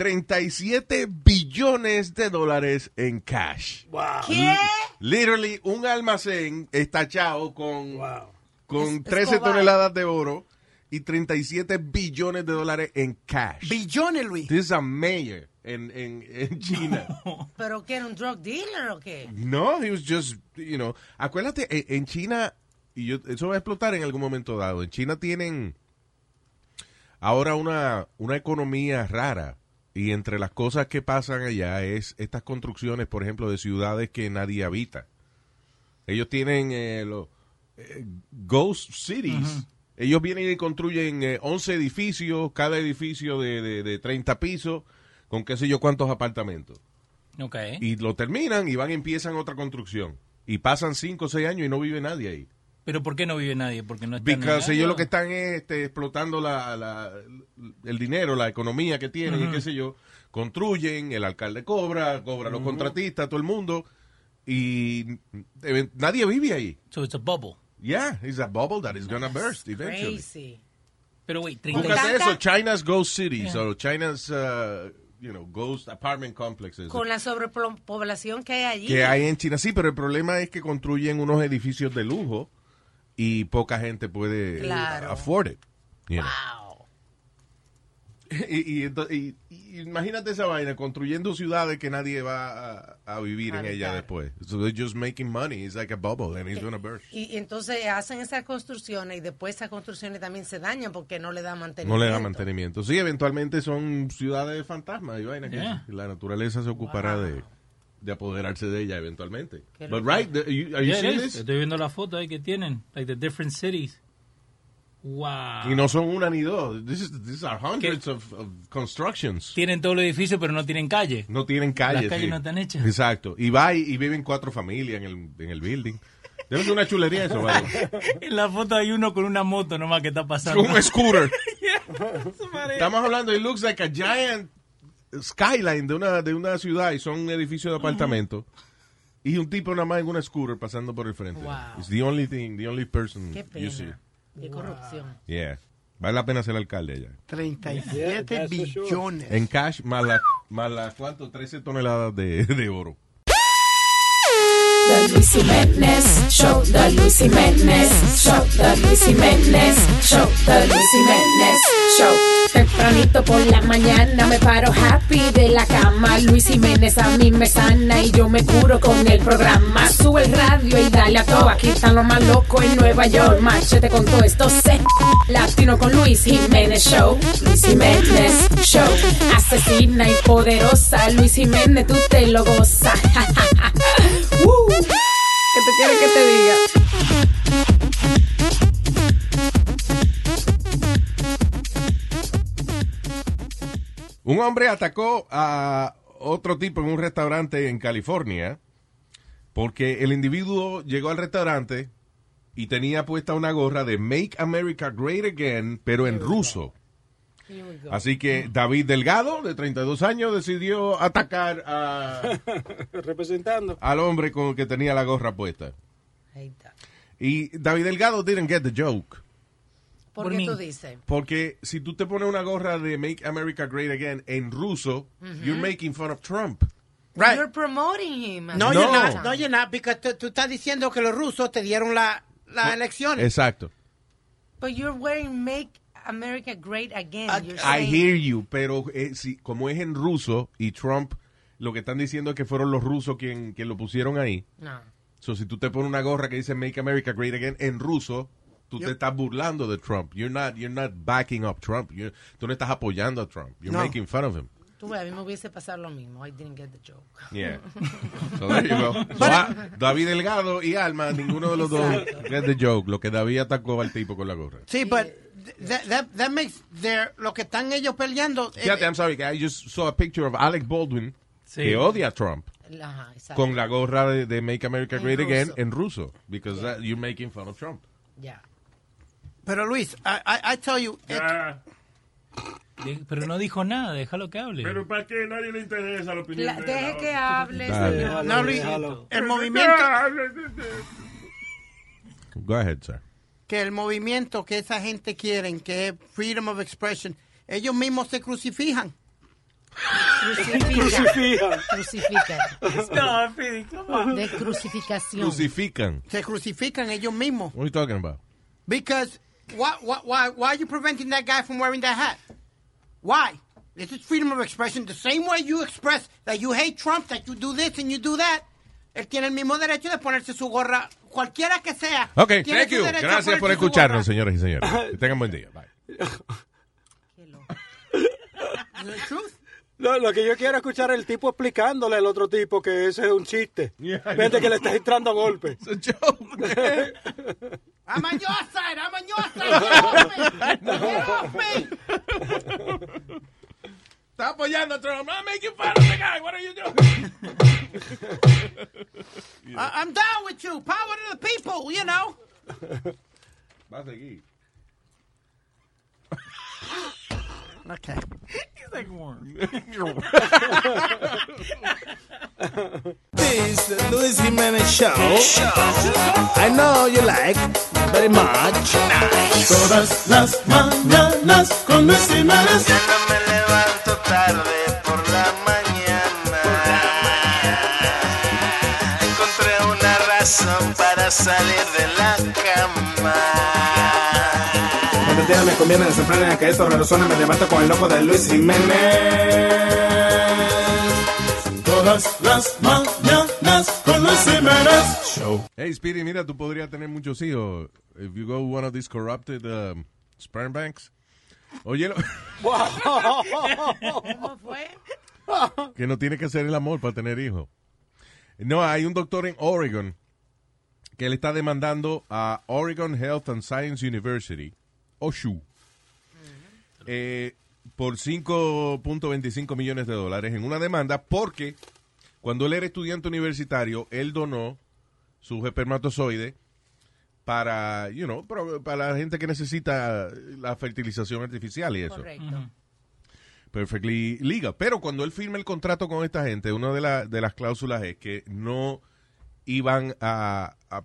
E: 37 billones de dólares en cash.
G: Wow.
E: L- Literally, un almacén estachado con, con 13
G: Escobar.
E: toneladas de oro y 37 billones de dólares en cash.
N: Billones, Luis.
E: This is a mayor en, en, en China.
I: ¿Pero qué era un drug dealer o qué?
E: No, he was just, you know. Acuérdate, e- en China, y yo, eso va a explotar en algún momento dado. En China tienen ahora una, una economía rara. Y entre las cosas que pasan allá es estas construcciones, por ejemplo, de ciudades que nadie habita. Ellos tienen eh, los eh, ghost cities. Ellos vienen y construyen eh, 11 edificios, cada edificio de, de, de 30 pisos, con qué sé yo cuántos apartamentos.
F: Ok.
E: Y lo terminan y van y empiezan otra construcción. Y pasan cinco o seis años y no vive nadie ahí.
F: Pero ¿por qué no vive nadie? Porque no está
E: Because ellos lo que están es este, explotando la, la- el dinero, la economía que tienen, y
F: Ujú.
E: qué sé yo. Construyen, el alcalde cobra, cobra los contratistas, todo el mundo. Y eh, nadie vive ahí.
F: So it's a bubble.
E: Yeah, it's a bubble that is gonna burst eventually.
I: Crazy.
F: Pero wait,
E: Búscate
F: 37
E: eso, China's Ghost Cities
I: Yeah.
E: o China's, uh, you know, Ghost Apartment Complexes.
I: Con la sobrepoblación que hay allí.
E: que hay en China. Sí, pero el problema es que construyen unos edificios de lujo y poca gente puede
I: Claro.
E: afford it. you know. *laughs* Y, y ento- y- y imagínate esa vaina, construyendo ciudades que nadie va a, a vivir
I: A
E: en ella
I: habitar.
E: después. So they're just making money. It's like a bubble and it's gonna burst.
I: Y, y entonces hacen esas construcciones y después esas construcciones también se dañan porque no le dan
E: No
I: mantenimiento.
E: le da mantenimiento. Sí, eventualmente son ciudades fantasmas y vaina que
I: Yeah.
E: la naturaleza se ocupará de, de apoderarse de ella eventualmente.
F: Qué
E: But
F: loco.
E: right, the- you- are you
F: Yeah, it
E: seeing
F: is.
E: this?
F: Estoy viendo la foto ahí que tienen, like the different cities. Wow.
E: Y no son una ni dos. This is- These are hundreds of, of constructions.
F: Tienen todo el edificio, pero no tienen calle.
E: No tienen calles.
F: Las calles
E: sí.
F: no están hechas.
E: Exacto. Y va y, y viven cuatro familias en el, en el building. Debe ser una chulería eso,
F: *laughs*
E: vale.
F: en la foto hay uno con una moto nomás que está pasando.
E: Un scooter. Estamos hablando, it looks like a giant skyline de una, de una ciudad y son edificios de apartamentos. Y un tipo nada más en una scooter pasando por el frente.
I: Wow.
E: It's the only thing, the only person
I: Qué
E: you see.
I: pena. Qué corrupción.
E: Yeah. Vale la pena ser alcalde allá.
N: 37 billones.
E: En cash, más las más la, ¿cuánto? 13 toneladas de, de oro.
K: The Luis Jiménez Show, The Luis Jiménez Show, The Luis Jiménez Show, The Luis Jiménez Show. Tempranito por la mañana me paro happy de la cama. Luis Jiménez a mí me sana y yo me curo con el programa. Sube el radio y dale a todo. Aquí están los más locos en Nueva York. Machete con todo esto. Se latino con Luis Jiménez Show. Luis Jiménez Show. Asesina y poderosa. Luis Jiménez, tú te lo gozas. *laughs* Uh, ¿Qué te quieres que te diga?
E: Un hombre atacó a otro tipo en un restaurante en California porque el individuo llegó al restaurante y tenía puesta una gorra de Make America Great Again, pero en ruso. Así que David Delgado, de 32 años, decidió atacar a,
O: *laughs* Representando.
E: al hombre con el que tenía la gorra puesta. Y David Delgado didn't get the joke.
I: ¿Por,
F: Por
I: qué
F: mí.
I: tú dices?
E: Porque si tú te pones una gorra de Make America Great Again en ruso,
I: Ujú.
E: you're making fun of Trump.
I: You're promoting him.
N: No,
E: No.
N: you're not, no, you're not, because tú- tú estás diciendo que los rusos te dieron la, las elecciones.
E: Exacto.
I: But you're wearing Make America Great Again. You're
E: I
I: saying-
E: hear you, pero eh, si- como es en ruso y Trump, lo que están diciendo es que fueron los rusos quien, quien lo pusieron ahí.
I: No.
E: So, si tú te pones una gorra que dice Make America Great Again en ruso, tú te estás burlando de Trump. You're not, you're not backing up Trump. You're- tú no estás apoyando a Trump. You're
I: No.
E: making fun of him.
I: Tú, ves, a mí me hubiese pasado lo mismo. I didn't get the joke. *laughs*
E: Yeah. So, there you go. So, ah, David Delgado y Alma, ninguno de los dos get the joke. Lo que David atacó al tipo con la gorra.
N: Sí, but that, that, that makes their, lo que están ellos peleando. eh,
E: Fíjate, I'm sorry, I just saw a picture of Alec Baldwin
N: Sí.
E: que odia a Trump.
I: Ajá, exacto.
E: con la gorra de, de Make America
N: En
E: Great Again
N: ruso.
E: en ruso. Because that- you're making fun of Trump.
H: Ah.
N: Pero Luis, I, I, I tell you, it-
F: De- Pero no dijo nada, déjalo que hable.
H: Pero ¿para qué? Nadie le interesa la opinión.
I: La-
H: de
I: deje
H: la
I: que
H: otra.
I: hable,
E: Dale.
I: señor.
E: No,
N: Luis,
H: Déjalo.
N: el movimiento-
E: Go ahead, sir.
N: que el movimiento que esa gente quieren, que es freedom of expression, ellos mismos se crucifijan.
I: Crucifican. Crucifican.
N: No, Speedy, come on.
I: De crucificación.
E: Crucifican.
N: Se crucifican ellos mismos.
E: What are you talking about?
N: Because why, why, why, why are you preventing that guy from wearing that hat? Why? This is freedom of expression. The same way you express that you hate Trump, that you do this and you do that. Él tiene el mismo derecho de ponerse su gorra, cualquiera que sea.
E: Ok,
N: Tiene
E: thank
N: su
E: you.
N: derecho a
E: Gracias
N: ponerse su
E: por
N: gorra.
E: escucharnos, señores y señores. Que tengan buen día.
N: *laughs*
E: Bye.
O: Lo, lo que yo quiero escuchar es el tipo explicándole al otro tipo que ese es un chiste. Vete que le estás entrando a
E: *laughs*
O: golpe.
N: I'm on your side. I'm on your
E: *laughs*
N: side. Get off me. Get off me.
E: Está apoyando a Trump. I'm making fun of the guy. What are you doing?
N: I- I'm down with you. Power to the people, you know.
E: Va a seguir.
N: Okay. He's like warm.
L: This Luis Jimenez show. I know you like very much. Todas las mañanas con Luis Jimenez.
P: Encontré una razón para salir de la cama.
L: Cuando el día me conviene, desenfrena que esto resuena. Me levanto con el loco de Luis Jiménez. Todas las mañanas con Luis Jiménez.
E: Hey, Speedy, mira, tú podrías tener muchos hijos. If you go one of these corrupted um, sperm banks. Oye, lo- *laughs*
I: ¿Cómo fue?
E: que no tiene que ser el amor para tener hijos. No, hay un doctor en Oregon que le está demandando a Oregon Health and Science University, OSHU, eh, por 5.25 millones de dólares en una demanda porque cuando él era estudiante universitario, él donó sus espermatozoides para, you know, pro- para la gente que necesita la fertilización artificial y eso
I: Correcto.
E: perfectly legal. Pero cuando él firma el contrato con esta gente, una de, la- de las cláusulas es que no iban a, a-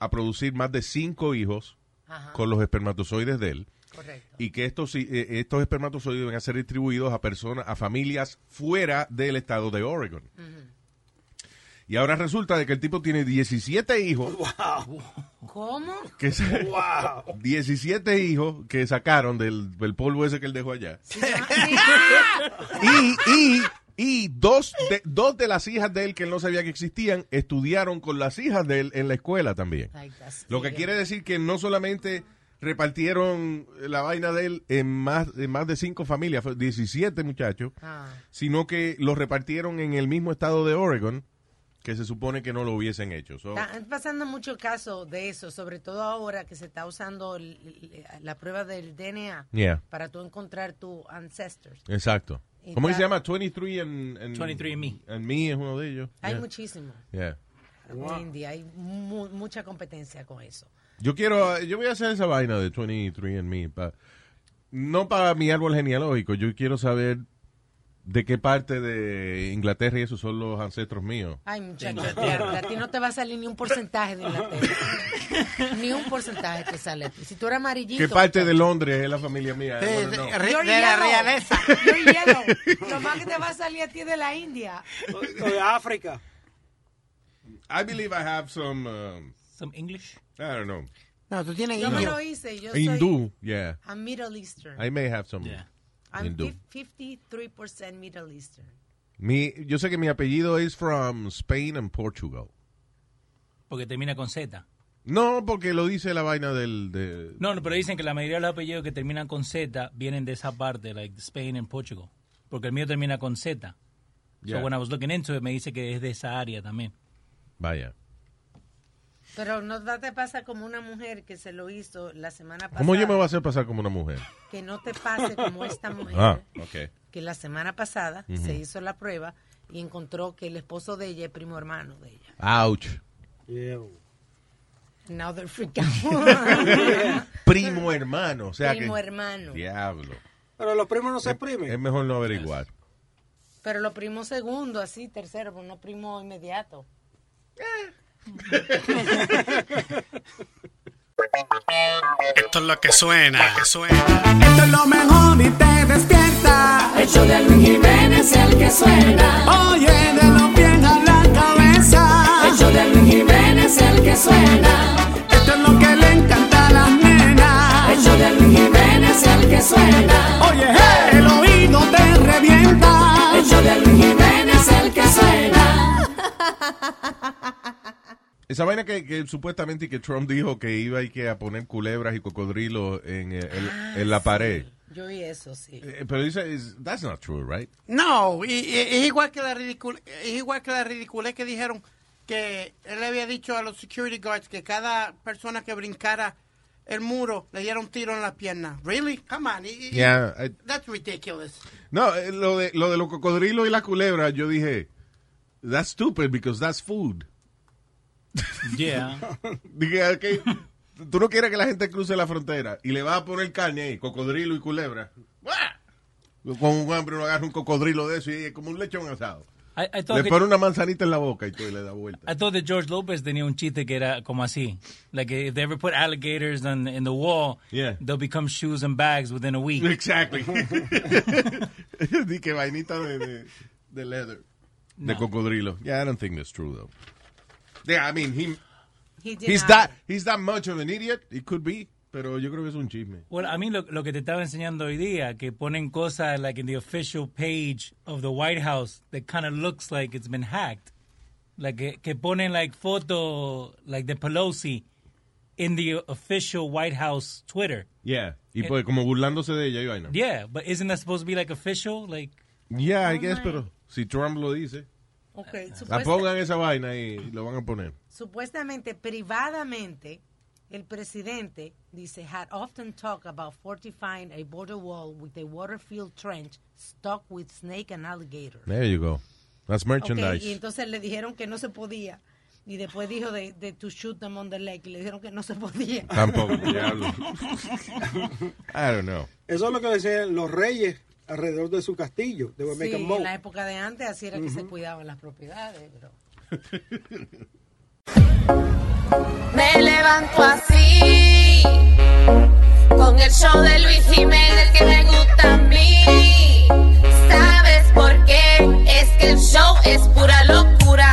E: a producir más de cinco hijos
I: Ajá.
E: con los espermatozoides de él.
I: Correcto.
E: Y que estos, sí- eh, estos espermatozoides iban a ser distribuidos a personas, a familias fuera del estado de Oregon. Y ahora resulta de que el tipo tiene 17 hijos.
I: ¿Cómo?
E: Que se- 17 hijos que sacaron del, del polvo ese que él dejó allá. y, y, y dos, de, dos de las hijas de él que él no sabía que existían estudiaron con las hijas de él en la escuela también. Lo que quiere decir que no solamente repartieron la vaina de él en más, en más de cinco familias, fue 17 muchachos, sino que los repartieron en el mismo estado de Oregon, que se supone que no lo hubiesen hecho. So,
I: Están pasando muchos casos de eso, sobre todo ahora que se está usando el- el- la prueba del DNA
E: Yeah.
I: para tú encontrar tu ancestors.
E: Exacto.
I: Y
E: ¿Cómo que
I: ya-
E: se llama? 23 and, and
I: 23andMe.
E: and me es uno de ellos.
I: Hay
E: Yeah.
I: muchísimos.
E: Yeah.
I: Hoy en día hay mu- mucha competencia con eso.
E: Yo quiero, yo voy a hacer esa vaina de 23 and me, no para mi árbol genealógico, yo quiero saber de qué parte de Inglaterra y esos son los ancestros míos.
I: Ay, muchachos, a ti no te va a salir ni un porcentaje de Inglaterra. ni un porcentaje te sale. a ti. Si tú eres amarillito.
E: ¿Qué parte de Londres es la familia mía?
I: De-
E: I wanna
I: de-
E: know.
I: re- de la realeza. You're yellow. Lo más que te va a salir a ti es de la India.
O: O de África.
E: I believe I have some, um,
F: Some English?
E: I don't know.
N: No, tú tienes
I: Yo me
E: Indio.
I: lo hice. Yo
E: Hindú,
I: soy.
E: yeah.
I: I'm Middle Eastern.
E: I may have some
I: I'm
E: Hindú.
I: fif- 53% Middle Eastern.
E: Mi, yo sé que mi apellido es from Spain and Portugal.
F: Porque termina con Z.
E: No, porque lo dice la vaina del, de,
F: No, no, pero dicen que la mayoría de los apellidos que terminan con Z vienen de esa parte, like Spain and Portugal. Porque el mío termina con Z.
E: Yeah.
F: So when I was looking into it, me dice que es de esa área también.
E: vaya.
I: Pero no da- te pasa como una mujer que se lo hizo la semana pasada.
E: ¿Cómo yo me voy a hacer pasar como una mujer?
I: Que no te pase como
E: *laughs*
I: esta mujer.
E: Ah, ok.
I: Que la semana pasada
E: Ujú.
I: se hizo la prueba y encontró que el esposo de ella es primo hermano de ella.
E: Ouch.
I: Now they're freaking out.
E: *laughs*
I: *laughs*
E: Primo hermano, o sea que...
I: Primo hermano.
E: Diablo.
O: Pero los primos no se exprimen.
E: Es mejor no averiguar.
I: Pero lo primo segundo, así, tercero, pero no primo inmediato.
E: Eh.
Q: Esto es lo que suena. que suena.
L: Esto es lo mejor y te despierta. El show de Luis Jiménez el que suena. Oye, de los pies a la cabeza. El show de Luis Jiménez el que suena. Esto es lo que le encanta a las nenas. El show de Luis Jiménez el que suena. Oye, hey, el oído te revienta. El show de Luis Jiménez el que suena.
E: Esa vaina que, que supuestamente que Trump dijo que iba y que a poner culebras y cocodrilos en, el- el- en la pared.
I: Yo y eso, sí.
E: Eh, Pero dice, is- that's not true, right?
N: No, y, y- es igual que la ridicule, es igual que la ridiculez que dijeron que él le había dicho a los security guards que cada persona que brincara el muro le diera un tiro en la pierna. Really? Come on. y- y-
E: Yeah, I-
N: That's ridiculous.
E: No, eh, lo de, lo de los cocodrilos y la culebra, yo dije, that's stupid because that's food.
F: Yeah.
E: *laughs* Dije, "Ah, ok, tú no quieres que la gente cruce la frontera y le vas a poner carne ahí, cocodrilo y culebra. ¡Buah! Con un hambre uno agarra un cocodrilo de eso y es como un lechón asado.
F: I- I thought
E: Le
F: que-
E: pone una manzanita en la boca y tú le da vuelta. *laughs*
F: I thought that George Lopez tenía un chiste que era como así. Like, if they ever put alligators on, in the wall,
E: Yeah.
F: they'll become shoes and bags within a week. *laughs*
E: Exactly. Dije, vainita de, de, de leather. De cocodrilo. Yeah, I don't think that's true, though. Yeah, I mean, he,
I: He did
E: he's,
I: not-
E: that, he's that much of an idiot. It could be, pero yo creo que es un chisme.
F: Well, a mí lo, lo que te estaba enseñando hoy día, que ponen cosas like in the official page of the White House that kind of looks like it's been hacked. Like que, que ponen like foto like the Pelosi in the official White House Twitter.
E: Yeah. Y
I: Eh,
E: pues, como burlándose de ella y vaina.
F: Yeah, but isn't that supposed to be like official? Like
E: Yeah, I guess,
I: Oh my.
E: pero si Trump lo dice,
I: *laughs* Ok,
E: la
I: supuesta-
E: pongan esa vaina y lo van a poner.
I: supuestamente, privadamente, el presidente dice, had often talked about fortifying a border wall with a water-filled trench stuck with snake and alligator.
E: There you go. That's merchandise.
I: Ok, y entonces le dijeron que no se podía. Y después dijo de, de to shoot them on the leg. Y le dijeron que no se podía. *laughs*
E: Tampoco, diablo. I don't know.
O: Eso es lo que decían los reyes alrededor de su castillo. They were
I: Sí,
O: making
I: en
O: moat.
I: la época de antes así era que se cuidaban las propiedades, bro.
K: Me levanto así con el show de Luis Jiménez que me gusta a mí. ¿Sabes por qué? Es que el show es pura locura.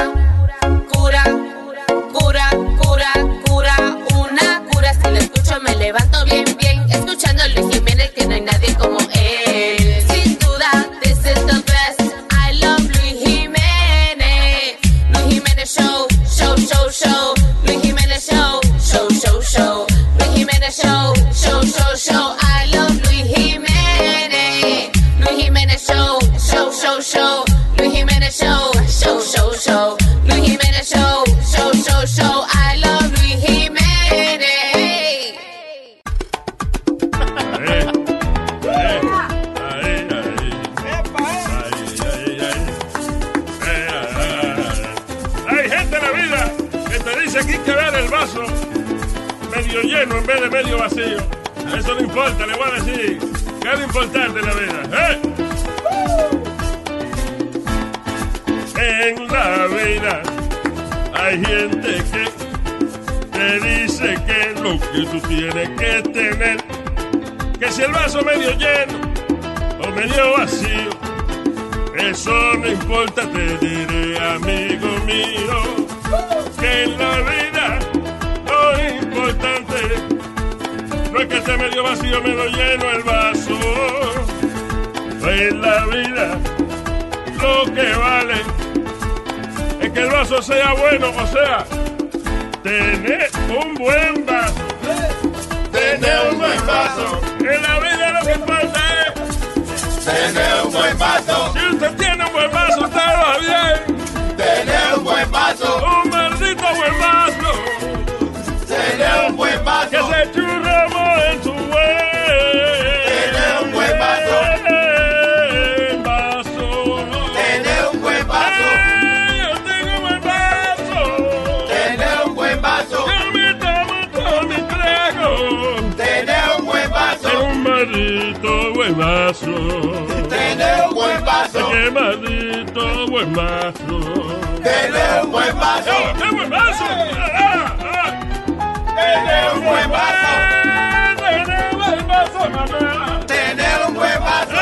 K: Cura, cura, cura, cura, una cura. Si lo escucho me levanto bien, bien. Escuchando a Luis Jiménez que no hay nadie como él. Sin duda, this is the best. I love Luis Jiménez. Luis Jiménez Show, show, show, show. Luis Jiménez Show, show, show, show. Luis Jiménez Show, show, show, show. I love Luis Jiménez. Luis Jiménez Show, show, show, show. Luis Jiménez Show, show, show, show. Luis Jiménez Show, show, show, show. I love Luis Jiménez.
H: Hay gente en la vida que te dice que hay que ver el vaso medio lleno en vez de medio vacío. Eso no importa, le voy a decir. ¿Qué es lo importante en la vida? ¿Eh? En la vida hay gente que te dice que lo que tú tienes que tener, que si el vaso medio lleno o medio vacío, eso no importa, te diré, amigo mío, que en la vida lo importante no es que esté medio vacío, medio lleno el vaso. En la vida lo que vale es que el vaso sea bueno, o sea, tener un buen vaso. Tener un buen vaso. En la vida lo que importa es Tener un buen vaso. Si usted tiene un buen vaso, usted lo hace bien. Tener un buen vaso. Un maldito buen vaso. Tener un buen vaso. Que se churramos en tu buen. Tener un buen vaso. Tener un buen vaso. Yo tengo un buen vaso. Tener un buen vaso. Yo me tomo todo mi trago. Tener un buen vaso. Un maldito buen huevazo.
P: Tener un huevazo.
H: Qué maldito huevazo.
P: Tener un huevazo.
H: ¡Eh, ¡Qué huevazo!
I: Eh.
H: ¡Ah, ah!
P: Tener un huevazo. Tener un huevazo.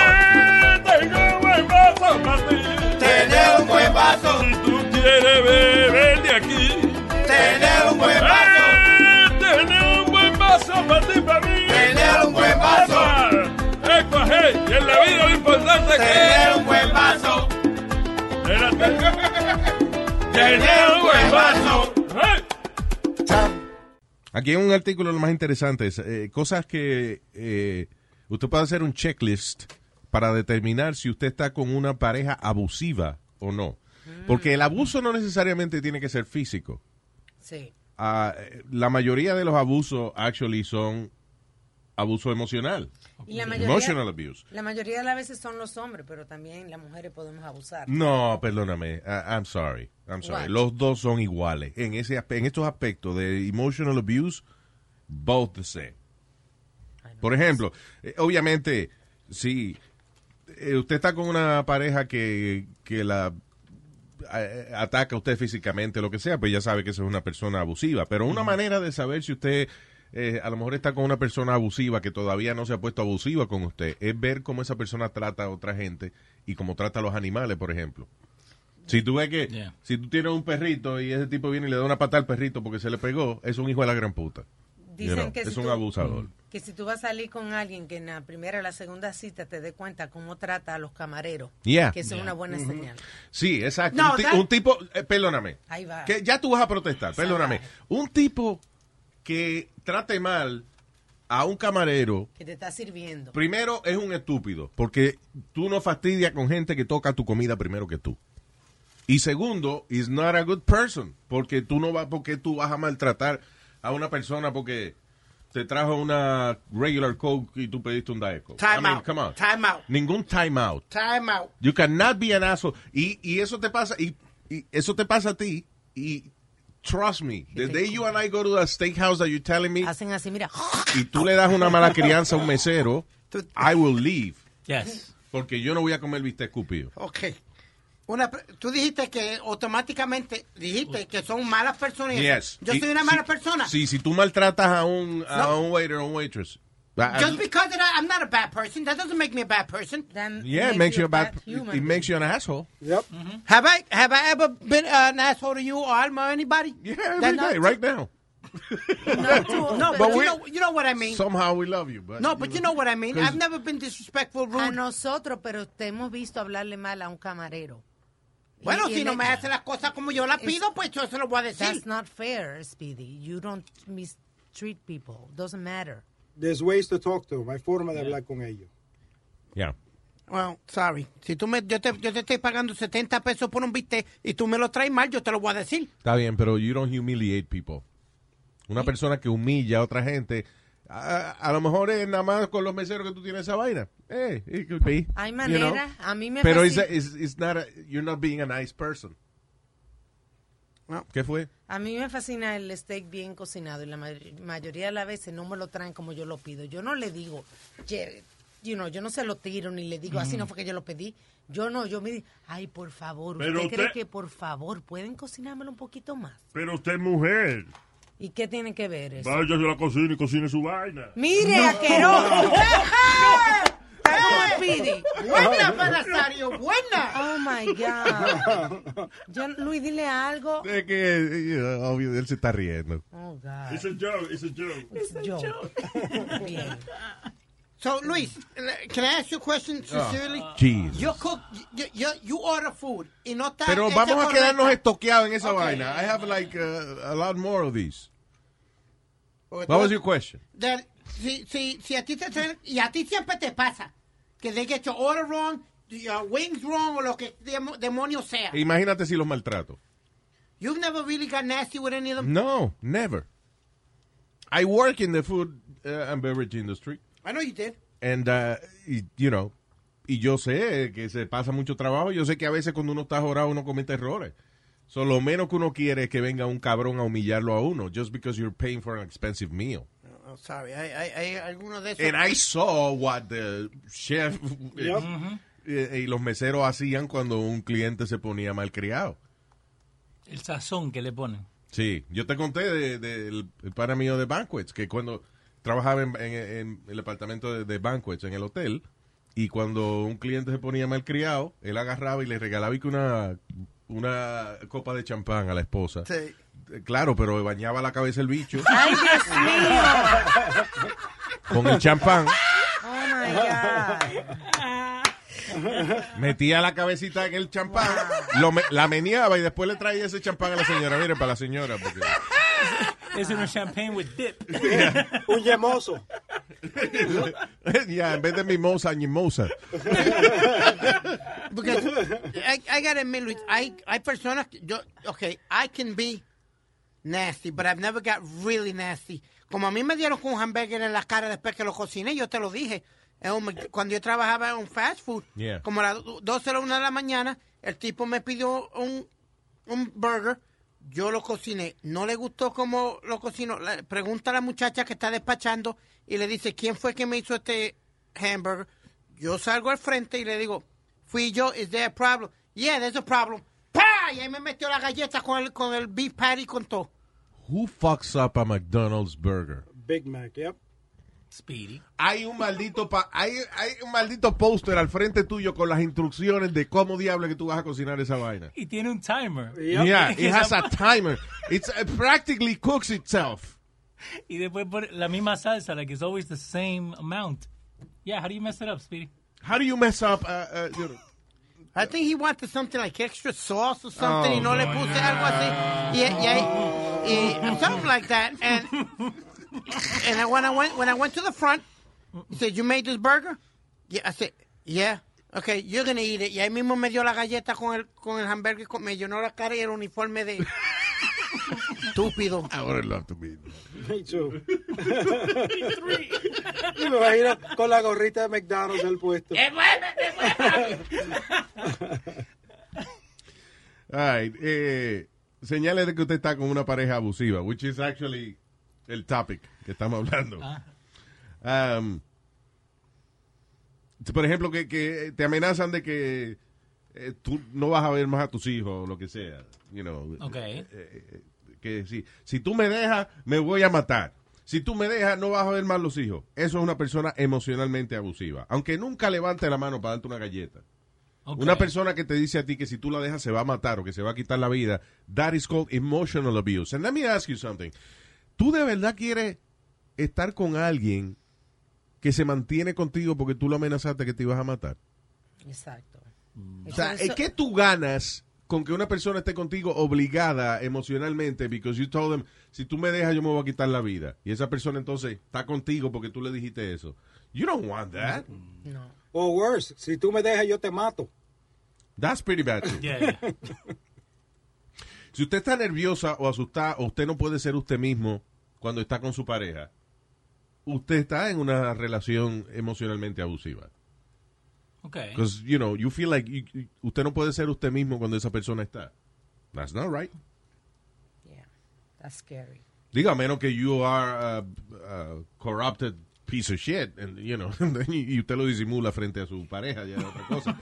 P: Tener un huevazo.
H: Si tú quieres beber de aquí. Eh,
P: Tener un huevazo.
H: Tener un buen vaso para ti, para mí.
P: Tener un buen vaso.
H: Eco, hey, en la vida lo importante es que
P: Tener un buen vaso. Tener un buen vaso.
E: Aquí hay un artículo lo más interesante, es, eh, cosas que eh, usted puede hacer un checklist para determinar si usted está con una pareja abusiva o no.
I: Mm.
E: Porque el abuso no necesariamente tiene que ser físico.
I: Sí.
E: Ah, eh, la mayoría de los abusos actually son abuso emocional.
I: Y la mayoría,
E: Emotional abuse.
I: La mayoría de las veces son los hombres, pero también las mujeres podemos abusar.
E: No, perdóname. I- I'm sorry. I'm sorry.
I: What?
E: Los dos son iguales. En, ese, aspe- en estos aspectos de emotional abuse, both the same. Por ejemplo, eh, obviamente, si eh, usted está con una pareja que, que la eh, ataca a usted físicamente, lo que sea, pues ya sabe que esa es una persona abusiva. Pero una manera de saber si usted eh, a lo mejor está con una persona abusiva que todavía no se ha puesto abusiva con usted es ver cómo esa persona trata a otra gente y cómo trata a los animales, por ejemplo. Si tú ves que
F: Yeah.
E: si tú tienes un perrito y ese tipo viene y le da una pata al perrito porque se le pegó, es un hijo de la gran puta. You
I: Dicen
E: know,
I: que
E: es
I: si
E: un
I: tú-
E: abusador.
I: Que si tú vas a salir con alguien que en la primera o la segunda cita te dé cuenta cómo trata a los camareros,
E: Yeah.
I: que eso es
E: Yeah.
I: una buena
E: Ujú.
I: señal.
E: Sí, exacto.
I: No,
E: un, ti-
I: that-
E: un tipo, eh, perdóname.
I: Ahí va.
E: Que ya tú vas a protestar, perdóname. Un tipo que trate mal a un camarero,
I: Que te está sirviendo.
E: primero es un estúpido, porque tú no fastidias con gente que toca tu comida primero que tú. Y segundo, is not a good person, porque tú no vas, porque tú vas a maltratar a una persona porque te trajo una regular coke y tú pediste un diet coke.
N: Time
E: I mean,
N: out.
E: come on.
N: Time out.
E: Ningún time out.
N: Time out.
E: You cannot be an asshole. Y, y eso te pasa, y, y eso te pasa a ti. Y trust me, the day you and I go to that steakhouse that you're telling me,
I: Hacen así, mira.
E: y tú le das una mala crianza a un mesero, I will leave.
F: Yes.
E: Porque yo no voy a comer bistec cupido.
N: Ok. Una, pre- tú dijiste que automáticamente dijiste que son malas personas.
E: Yes.
N: Yo
E: Y
N: soy una
E: si-
N: mala persona.
E: Sí, si tú maltratas a un, a un waiter o un waitress. I- I-
N: Just because that I, I'm not a bad person, that doesn't make me a bad person.
E: yeah, it makes you a bad, it makes you an asshole.
N: Yep. Mm-hmm. Have I have I ever been an asshole to you or Alma or anybody?
E: Yeah, every day, right now. *laughs*
N: No, no,
E: But
N: but you
E: we-
N: know, you know what I mean.
E: Somehow we love you, but
N: no, but you know what I mean.
E: 'Cause-
N: I've never been disrespectful, rude.
I: A nosotros, pero te hemos visto hablarle mal a un camarero.
N: Bueno,
I: Y- y
N: si no
I: le-
N: me hace las cosas como yo las pido, pues yo se lo voy a decir.
I: That's not fair, Speedy. You don't mistreat people. Doesn't matter.
O: There's ways to talk to. Hay forma de hablar con ellos.
N: Well, sorry. Si tú me, yo, te, yo te estoy pagando 70 pesos por un bistec y tú me lo traes mal, yo te lo voy a decir.
E: Está bien, pero you don't humiliate people. Una persona que humilla a otra gente, a, a lo mejor es nada más con los meseros que tú tienes esa vaina. Eh, it could be.
I: Hay
E: you
I: manera.
E: know.
I: A mí me
E: Pero it's,
I: fascina-
E: it's- it's not a- you're not being a nice person. ¿Qué fue?
I: A mí me fascina el steak bien cocinado y la ma- mayoría de las veces no me lo traen como yo lo pido. Yo no le digo, "Ye- you know, yo no se lo tiro ni le digo, así
F: Mm.
I: no fue que yo lo pedí. Yo no, yo me digo, ay, por favor, ¿usted,
H: Pero
I: cree
H: usted-
I: que por favor pueden cocinármelo un poquito más?
H: Pero usted es mujer.
I: ¿Y qué tiene que ver eso?
H: Vaya a la cocina y cocine su vaina.
I: Mire,
H: No.
I: asqueroso. Está como Speedy.
N: Buena, Nazario, buena.
I: Oh my God. Yo- Luis, dile algo.
E: Es que, you know, obvio, él se está riendo.
I: Oh God.
H: It's a joke, it's a joke.
I: It's a joke. *laughs* Bien.
N: So, Luis, can I ask you a question sincerely?
E: Oh, Jesus.
N: You cook, you, you, you order food y no está este
E: Pero
N: hecha
E: vamos a
N: correcta.
E: quedarnos estoqueados en esa
N: Ok.
E: vaina. I have like uh, a lot more of these.
N: O
E: What was
N: tú-
E: your question?
N: that- si, si, si a ti te traen, y a ti siempre te pasa, que they get your order wrong, your wings wrong, o lo que demo- demonio sea.
E: E Imagínate si los maltrato.
N: You've never really got nasty with any of them.
E: No, never. I work in the food uh, and beverage industry.
N: I know you did.
E: And, uh, y- you know, y yo sé que se pasa mucho trabajo. Yo sé que a veces cuando uno está jorado uno comete errores. So, lo menos que uno quiere es que venga un cabrón a humillarlo a uno, just because you're paying for an expensive meal.
N: I'm Oh, sorry, hay, hay, hay algunos de esos.
E: And I saw what the chef eh,
N: Yep.
E: eh, y los meseros hacían cuando un cliente se ponía malcriado.
F: El sazón que le ponen.
E: Sí, yo te conté del de, del- el pana mío de Banquets, que cuando trabajaba en, en- en el apartamento de, de Banquets, en el hotel, y cuando un cliente se ponía malcriado, él agarraba y le regalaba y que una, una copa de champán a la esposa.
N: Sí.
E: Eh, Claro, pero bañaba la cabeza el bicho
N: *laughs* ¡Ay, Dios mío!
E: con el champán.
N: Oh my God.
E: Metía la cabecita en el champán, lo me- la meneaba y después le traía ese champán a la señora. Mire, para la señora. Porque... *laughs*
F: Es un champagne with dip.
O: Un yemoso.
E: ya, en vez de mimosa, ñimosa.
N: *laughs* Because I, I gotta admit, Luis, I, I personas, que yo, okay, I can be nasty, but I've never got really nasty. Como a mí me dieron con un hamburger en la cara después que lo cociné, yo te lo dije. En un Mc- Cuando yo trabajaba en un fast food,
L: Yeah.
N: como a las 12 o la 1 de la mañana, el tipo me pidió un, un burger, yo lo cociné. No le gustó cómo lo cocinó. Le pregunta a la muchacha que está despachando y le dice, ¿quién fue que me hizo este hamburger? Yo salgo al frente y le digo, fui yo, is there a problem? Yeah, there's a problem. ¡Pah! Y ahí me metió la galleta con el, con el beef patty con todo.
E: Who fucks up a McDonald's burger?
O: Big Mac, yep.
F: Speedy.
E: Hay un maldito pa- hay, hay un maldito póster al frente tuyo con las instrucciones de cómo diablo que tú vas a cocinar esa vaina.
F: *laughs* Y tiene un timer. *laughs*
E: Yeah, it has a timer. It's it practically cooks itself.
F: y después pone la misma salsa, like it's always the same amount. Yeah, how do you mess it up, Speedy?
E: How do you mess up? Uh, uh, you know,
N: I think he wanted something like extra sauce or something
E: Oh,
N: y no le
E: my
N: puse algo así. Y, y, ahí- y something like that. And, and I, when, I went, when I went to the front, he said, you made this burger? Yeah, I said, yeah. Okay, you're gonna eat it. Y ahí mismo me dio la galleta con el, con el hamburger, con- me llenó la cara y el uniforme de... Estúpido.
E: I would love to be.
O: Me too. *laughs* Me imagino con la gorrita de McDonald's del puesto.
E: All right, eh, señales de que usted está con una pareja abusiva, which is actually el topic que estamos hablando. Um, por ejemplo, que, que te amenazan de que eh, tú no vas a ver más a tus hijos o lo que sea. You know,
F: Ok.
E: eh, eh, que si, si tú me dejas, me voy a matar. Si tú me dejas, no vas a ver más los hijos. Eso es una persona emocionalmente abusiva. Aunque nunca levante la mano para darte una galleta.
F: Ok.
E: Una persona que te dice a ti que si tú la dejas se va a matar o que se va a quitar la vida, that is called emotional abuse. And let me ask you something. ¿Tú de verdad quieres estar con alguien que se mantiene contigo porque tú lo amenazaste que te ibas a matar?
I: Exacto.
E: O sea,
I: Mm. Eso-
E: ¿qué tú ganas con que una persona esté contigo obligada emocionalmente because you told them, si tú me dejas yo me voy a quitar la vida? Y esa persona entonces está contigo porque tú le dijiste eso. You don't want that.
O: O worse, si tú me dejas, yo te mato.
E: That's pretty bad
O: *laughs*
E: too. Si usted está nerviosa o asustada o usted no puede ser usted mismo cuando está con su pareja, usted está en una relación emocionalmente abusiva.
F: Okay.
E: Because, you know, you feel like you- you- usted no puede ser usted mismo cuando esa persona está. That's not right.
I: That's scary.
E: Diga, a menos que you are a, a corrupted piece of shit, and, you know, *laughs* y usted lo disimula frente a su pareja, ya es otra
I: *laughs*
E: cosa.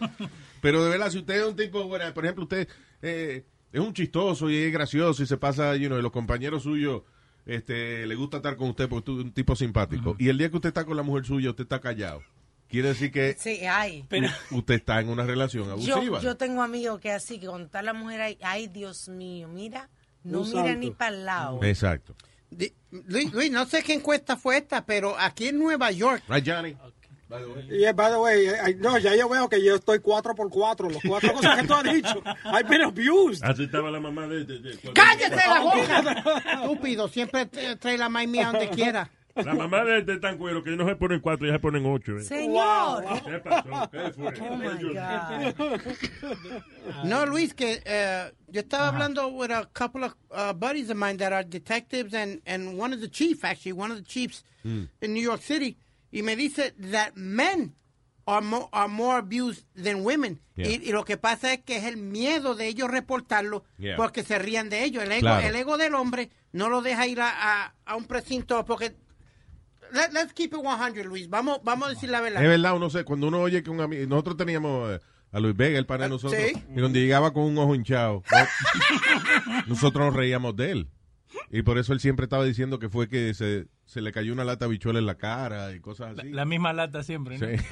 E: Pero de verdad, si usted es un tipo, bueno, por ejemplo, usted eh, es un chistoso y es gracioso y se pasa, you know, y los compañeros suyos este, le gusta estar con usted porque tú eres un tipo simpático. Y el día que usted está con la mujer suya, usted está callado. Quiere decir que
I: Sí, hay.
E: u- usted está en una relación
I: Yo,
E: abusiva.
I: yo tengo amigos que así, que cuando está la mujer ahí, ay, Dios mío, mira, no
N: Dios
I: mira
N: santo.
I: ni para el lado.
E: Exacto.
N: Di- Luis, Luis, no sé qué encuesta fue esta, pero aquí en Nueva York. *laughs*
E: Right, Johnny?
O: Yeah, by the way, I- I- no, ya yo veo que yo estoy 4 por 4 los cuatro cosas que tú has dicho. I've been abused.
H: Así estaba la mamá de... de- de-
N: ¡Cállate la boca! Estúpido, siempre te- trae la maíz mía donde quiera.
H: La mamá de, de tan cuero que no se ponen cuatro, ya se ponen ocho. eh.
N: Señor.
H: ¿Qué pasó? ¿Qué fue?
N: Oh, my God. No, Luis, que eh, yo estaba hablando with a couple of uh, buddies of mine that are detectives and, and one of the chief, actually, one of the chiefs in New York City, y me dice that men are more, are more abused than women.
E: Yeah.
N: Y, y lo que pasa es que es el miedo de ellos reportarlo
E: Yeah.
N: porque se rían de ellos. El ego,
E: Claro.
N: el ego del hombre no lo deja ir a, a- a un precinto porque... Let, let's keep it 100, Luis. Vamos, vamos a decir la verdad.
E: Es verdad, uno sé, cuando uno oye que un amigo, nosotros teníamos eh, a Luis Vega, el pana de nosotros,
N: sí.
E: y donde llegaba con un ojo hinchado, ¿no? nosotros nos reíamos de él. Y por eso él siempre estaba diciendo que fue que se, se le cayó una lata de bichuela en la cara y cosas así.
F: La misma lata siempre, ¿no?
E: Sí.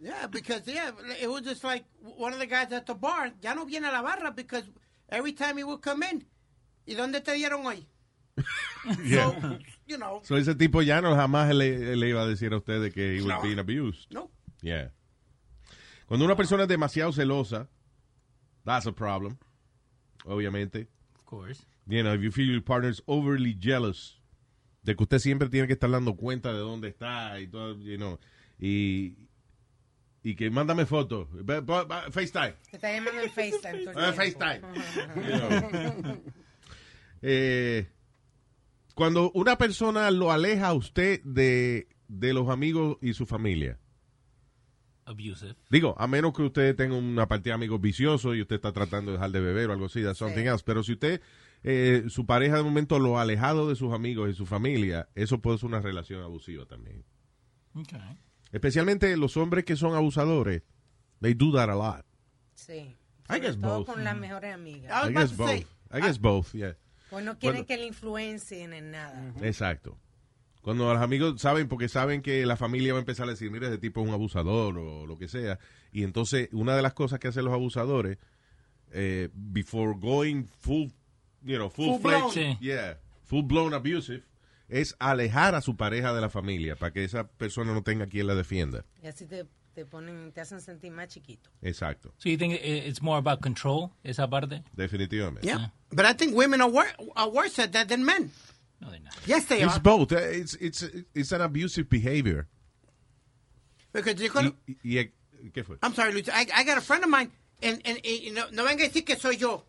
N: Yeah, because yeah, it was just like one of the guys at the bar. Ya no viene a la barra because every time he would come in. ¿Y dónde te dieron
E: *laughs*
N: hoy? *laughs*
E: Yeah.
N: You know.
E: So ese tipo ya no jamás le, le iba a decir a ustedes que he was being abused.
N: No.
E: Yeah. Cuando una persona es demasiado celosa, that's a problem. Obviamente.
F: Of course.
E: You know, if you feel your partner's overly jealous, de que usted siempre tiene que estar dando cuenta de dónde está y todo, you know, y, y que mándame fotos, Ve- ve- ve- FaceTime.
I: Te está llamando en FaceTime. todo el
E: Ah,
I: tiempo.
E: FaceTime. You know. Eh, cuando una persona lo aleja a usted de, de los amigos y su familia,
F: Abusive.
E: Digo, a menos que usted tenga una partida de amigos vicioso y usted está tratando de dejar de beber o algo así, that's something else. Pero si usted, eh, su pareja de momento lo ha alejado de sus amigos y su familia, eso puede ser una relación abusiva también.
F: Okay.
E: Especialmente los hombres que son abusadores, they do that a lot.
I: *laughs* Sí.
E: I guess
I: Todo
E: both.
I: con las mejores amigas.
E: I guess both. I guess both, yeah.
I: Pues no quieren
E: Bueno.
I: que le influencien en nada.
E: Exacto. Cuando los amigos saben, porque saben que la familia va a empezar a decir, mira, ese tipo es un abusador o lo que sea. Y entonces, una de las cosas que hacen los abusadores, eh, before going full, you know, full,
H: Full blown.
E: fledged,
H: Sí.
E: yeah, full blown abusive, es alejar a su pareja de la familia para que esa persona no tenga quien la defienda.
I: Y así te, te ponen, te hacen sentir más chiquito.
E: Exacto,
F: So you think i- it's more about control, esa parte?
E: definitivamente.
F: Yeah.
N: But I think women are, wor- are worse at that than men.
F: No, they're not.
N: Yes, they
E: It's
N: are.
E: both. Eh, It's, it's, it's an abusive behavior.
N: Because you're gonna-
E: Y- y- y- ¿Qué fue?
N: I'm sorry, Luis. I, I got a friend of mine, and, and, y- y no, no venga a decir que soy yo.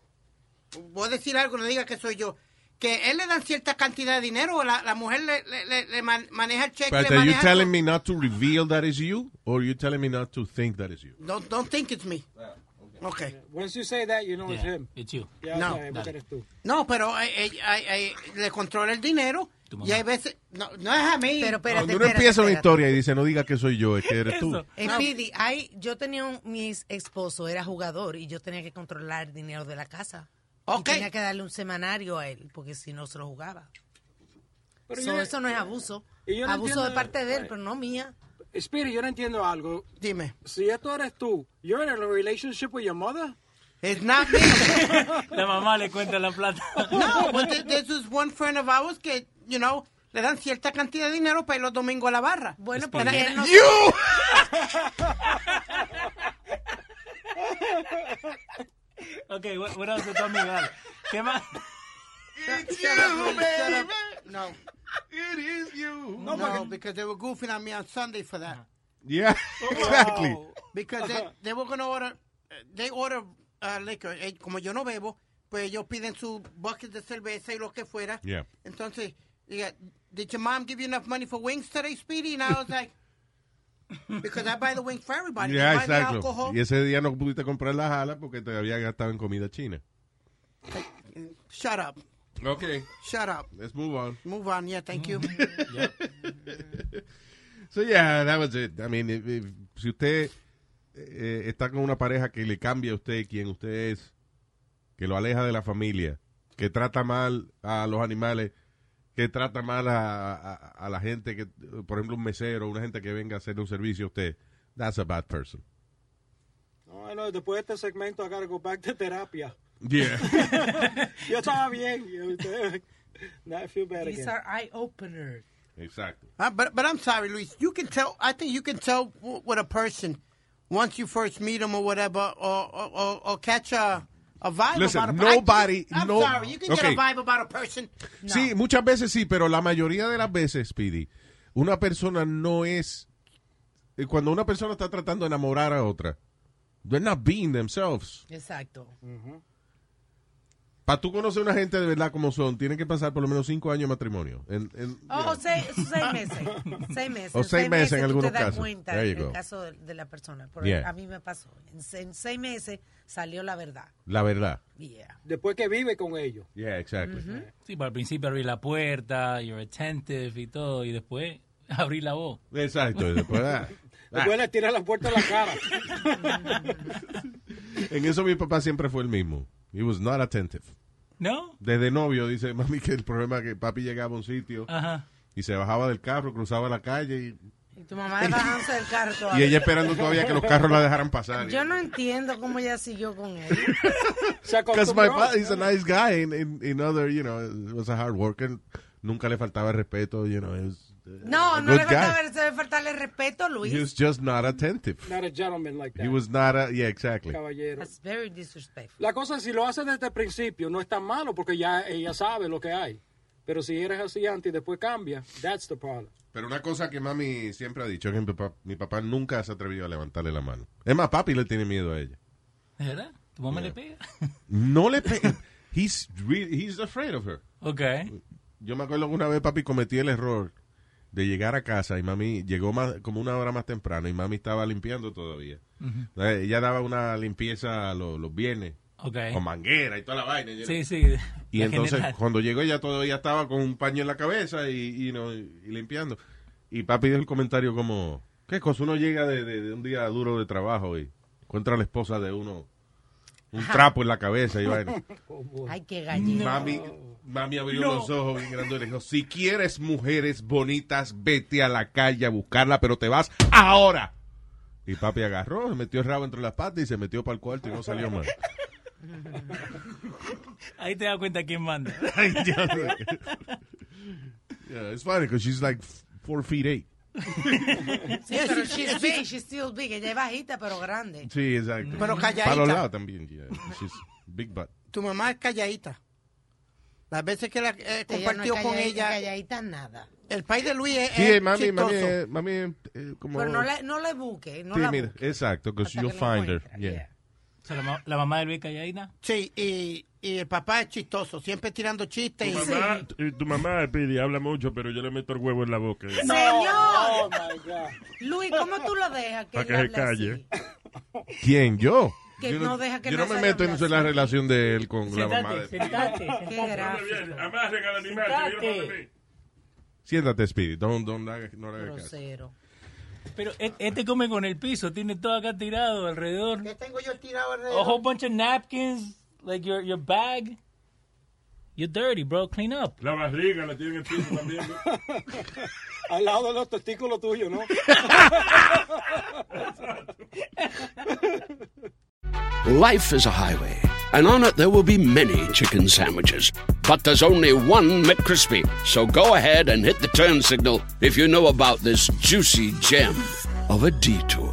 N: Voy a decir algo, no diga que soy yo. Que él le dan cierta cantidad de dinero, la, la mujer le, le- le- le man- maneja el cheque,
E: But
N: le
E: are you
N: maneja
E: telling
N: todo.
E: me not to reveal that is you, or you telling me not to think that is you?
N: Don't, don't think it's me. Okay.
O: Once you say that, you know it's
N: Yeah,
O: him.
F: It's you.
O: Ya
N: No.
O: sabemos que
N: Dale.
O: eres tú.
N: No, pero eh, eh, ay, ay, le controla el dinero y hay veces... No, no es a mí. Pero
E: Cuando uno empieza una historia y dice, no diga que soy yo, es
N: *laughs*
E: que eres tú. "Ah,
I: Eh, Speedy, hay- yo tenía un, mi ex- esposo, era jugador y yo tenía que controlar el dinero de la casa. Y tenía que darle un semanario a él, porque si no se lo jugaba.
O: Pero
I: So,
O: yo-
I: eso no es abuso.
O: Y yo no
I: abuso de
O: entiendo-
I: parte de él, pero no mía.
O: Spirit, yo no entiendo algo.
N: Dime.
O: Si esto eres tú, you're in a relationship with your mother?
N: It's not me.
F: *laughs* La mamá le cuenta la plata. *laughs*
N: No, pues, but th- there's this one friend of ours que, you know, le dan cierta cantidad de dinero para ir los domingos a la barra.
I: Bueno,
N: pero
I: porque él no-
N: *laughs*
F: ok, what, what else de tu amiga? Dale. ¿Qué más?
N: It's Shut up, you, Luis, shut up. No.
E: It is you.
N: No, Oh, because they were goofing on me on Sunday for that.
E: Yeah, exactly.
N: Because they, they were gonna order, they order uh, liquor. Eh, como yo no bebo, pues ellos piden su bucket de cerveza y lo que fuera.
E: Yeah.
N: Entonces, yeah, did your mom give you enough money for wings today, Speedy? And I was
E: *laughs*
N: like, because I buy the wings for everybody.
E: Yeah,
N: I buy the
E: exacto.
N: alcohol.
E: Y ese día no pudiste comprar las alas porque te había gastado en comida china.
N: Shut up.
E: Okay.
N: Shut up.
E: Let's move on.
N: Move on. Yeah, thank you.
E: So yeah, that was it. I mean, if- if- si usted eh, está con una pareja que le cambia a usted quien usted es, que lo aleja de la familia, que trata mal a los animales, que trata mal a, a- a la gente, que por ejemplo un mesero, una gente que venga a hacerle un servicio a usted, that's a bad person.
O: No, no, después de este segmento, I gotta go back to terapia. *laughs*
E: Yeah.
O: yo estaba bien. Yo, *laughs* now I feel bad
I: These
O: again.
I: are eye openers.
E: *laughs* Exacto.
N: Uh, but but I'm sorry, Luis. You can tell. I think you can tell w- with a person once you first meet them or whatever, or or, or, or catch a a vibe.
E: Listen,
N: about a,
E: nobody-
N: I, am
E: no-
N: sorry. You can get
E: okay.
N: a vibe about a person.
E: Sí, muchas veces sí, pero la mayoría de las veces, Speedy, una persona no es. eh, Cuando una persona está tratando de enamorar a otra, they're not being themselves.
I: Exacto.
E: Para tú conocer una gente de verdad como son, tienen que pasar por lo menos cinco años de matrimonio. En- en-
F: Oh.
I: O, o Oh, seis, seis meses. Seis meses.
E: O seis meses en
I: tú
E: algunos
I: te das
E: casos.
I: cuenta
E: There you
I: en el
E: go.
I: caso de, de la persona. Por-
E: Yeah.
I: A mí me pasó. En, se- en seis meses salió la verdad.
E: La verdad.
O: Después que vive con ellos.
E: Yeah, exactly.
I: Mm-hmm.
F: Sí, pero al principio abrir la puerta, you're attentive y todo, y después *laughs* abrir la voz.
E: Exacto. y
F: *laughs*
E: después, ah, ah.
O: Después le tiras la puerta a la cara.
E: En eso mi papá siempre fue el mismo. He was not attentive.
F: ¿No?
E: Desde novio, dice mami, que el problema es que papi llegaba a un sitio
F: Ajá.
E: y se bajaba del carro, cruzaba la calle y
I: Y tu mamá bajándose del carro
E: Y
I: todavía.
E: ella esperando todavía que los carros la dejaran pasar.
I: Yo no entiendo cómo ella siguió con él.
E: *laughs* *laughs* Because my father is a nice guy and in, in other, you know, was a hard worker. Nunca le faltaba respeto, you know. he was
I: No,
E: a
I: no
E: good
I: le
E: guy.
I: faltaba, se debe faltarle respeto, Luis.
E: He was just not attentive.
O: Not a gentleman like that.
E: He was not a, yeah, exactly.
O: Caballero.
I: That's very disrespectful.
O: La cosa, si lo haces desde el principio, no es tan malo porque ya ella sabe lo que hay. Pero si eres así antes y después cambia, that's the problem.
E: Pero una cosa que mami siempre ha dicho es que mi papá, mi papá nunca se ha atrevido a levantarle la mano. Es más, papi le tiene miedo a ella.
F: ¿De verdad? ¿Tu mamá le pega?
E: No le pe *laughs* he's really, he's afraid of her.
F: Okay.
E: Yo me acuerdo que una vez papi cometí el error de llegar a casa y mami llegó más como una hora más temprano y mami estaba limpiando todavía.
F: Ujú.
E: Eh, Ella daba una limpieza los, los viernes.
F: Ok.
E: Con manguera y toda la vaina. you know.
F: Sí, sí.
E: Y
F: La
E: entonces
F: general.
E: cuando llegó ella todavía estaba con un paño en la cabeza y, y, no, y limpiando. Y papi dio el comentario como, ¿qué cosa? Uno llega de, de- de un día duro de trabajo y encuentra a la esposa de uno un trapo en la cabeza
O: *laughs*
E: y
F: *laughs*
E: vaina.
O: Oh,
I: Ay, qué gallina.
E: Mami, mami abrió
I: No.
E: los ojos bien grandes y le dijo, si quieres mujeres bonitas, vete a la calle a buscarla, pero te vas ahora. Y papi agarró, se metió el rabo entre las patas y se metió para el cuarto y no salió
F: *laughs*
E: más.
F: *laughs* Ahí te das cuenta quién manda.
E: ya
F: *laughs*
E: sé. Yeah, it's funny because she's like f- four feet eight.
I: Sí, pero she's big, she's still big. Ella es bajita, pero grande. Mm.
E: Sí, exacto.
I: Pero calladita.
E: Para los lados también. yeah. She's big butt.
N: Tu mamá es calladita. Las veces que la eh,
I: Ella no
N: compartió
I: es
N: con
I: calladita,
N: ella.
I: calladita nada.
N: El país de Luis es.
E: Sí,
N: es
E: mami,
N: chistoso.
E: mami, eh, mami, eh, como...
I: Pero no la, no la busque, no la
E: tímida.
I: busque.
E: Exacto, because
I: Hasta
E: you'll
I: que la
E: find her.
I: encuentre,
E: Yeah.
F: O sea, la, ma- la mamá de Luis Calladina.
N: Sí, y, y el papá es chistoso, siempre tirando chistes.
H: Tu
N: y-
H: mamá, eh, tu mamá, Pidi, habla mucho, pero yo le meto el huevo en la boca.
I: Señor. Luis, ¿cómo tú lo dejas? Que
H: Para que
I: él
H: se
I: hable así?
H: calle.
E: ¿Quién? ¿Yo?
I: Que
E: yo
I: no deja que
E: yo no me
I: Nazario
E: meto
I: hable
E: en la relación de él con la mamá de...
F: sentate,
I: Qué gracia.
H: Amarren al animal, que vieron por mí.
E: Siéntate, Speedy. Don't, don't, haga- no le hagas caso.
I: Grosero.
F: Pero e- este come con el piso, tiene todo acá tirado alrededor.
N: ¿Qué tengo yo tirado
F: A whole
N: alrededor?
F: bunch of napkins, like your, your bag. You're dirty, bro. Clean up.
H: La barriga la tienen en el piso también. ¿no?
O: Al lado de los testículos tuyos, ¿no?
R: Life is a highway, and on it there will be many chicken sandwiches. But there's only one McCrispy. So go ahead and hit the turn signal if you know about this juicy gem of a detour.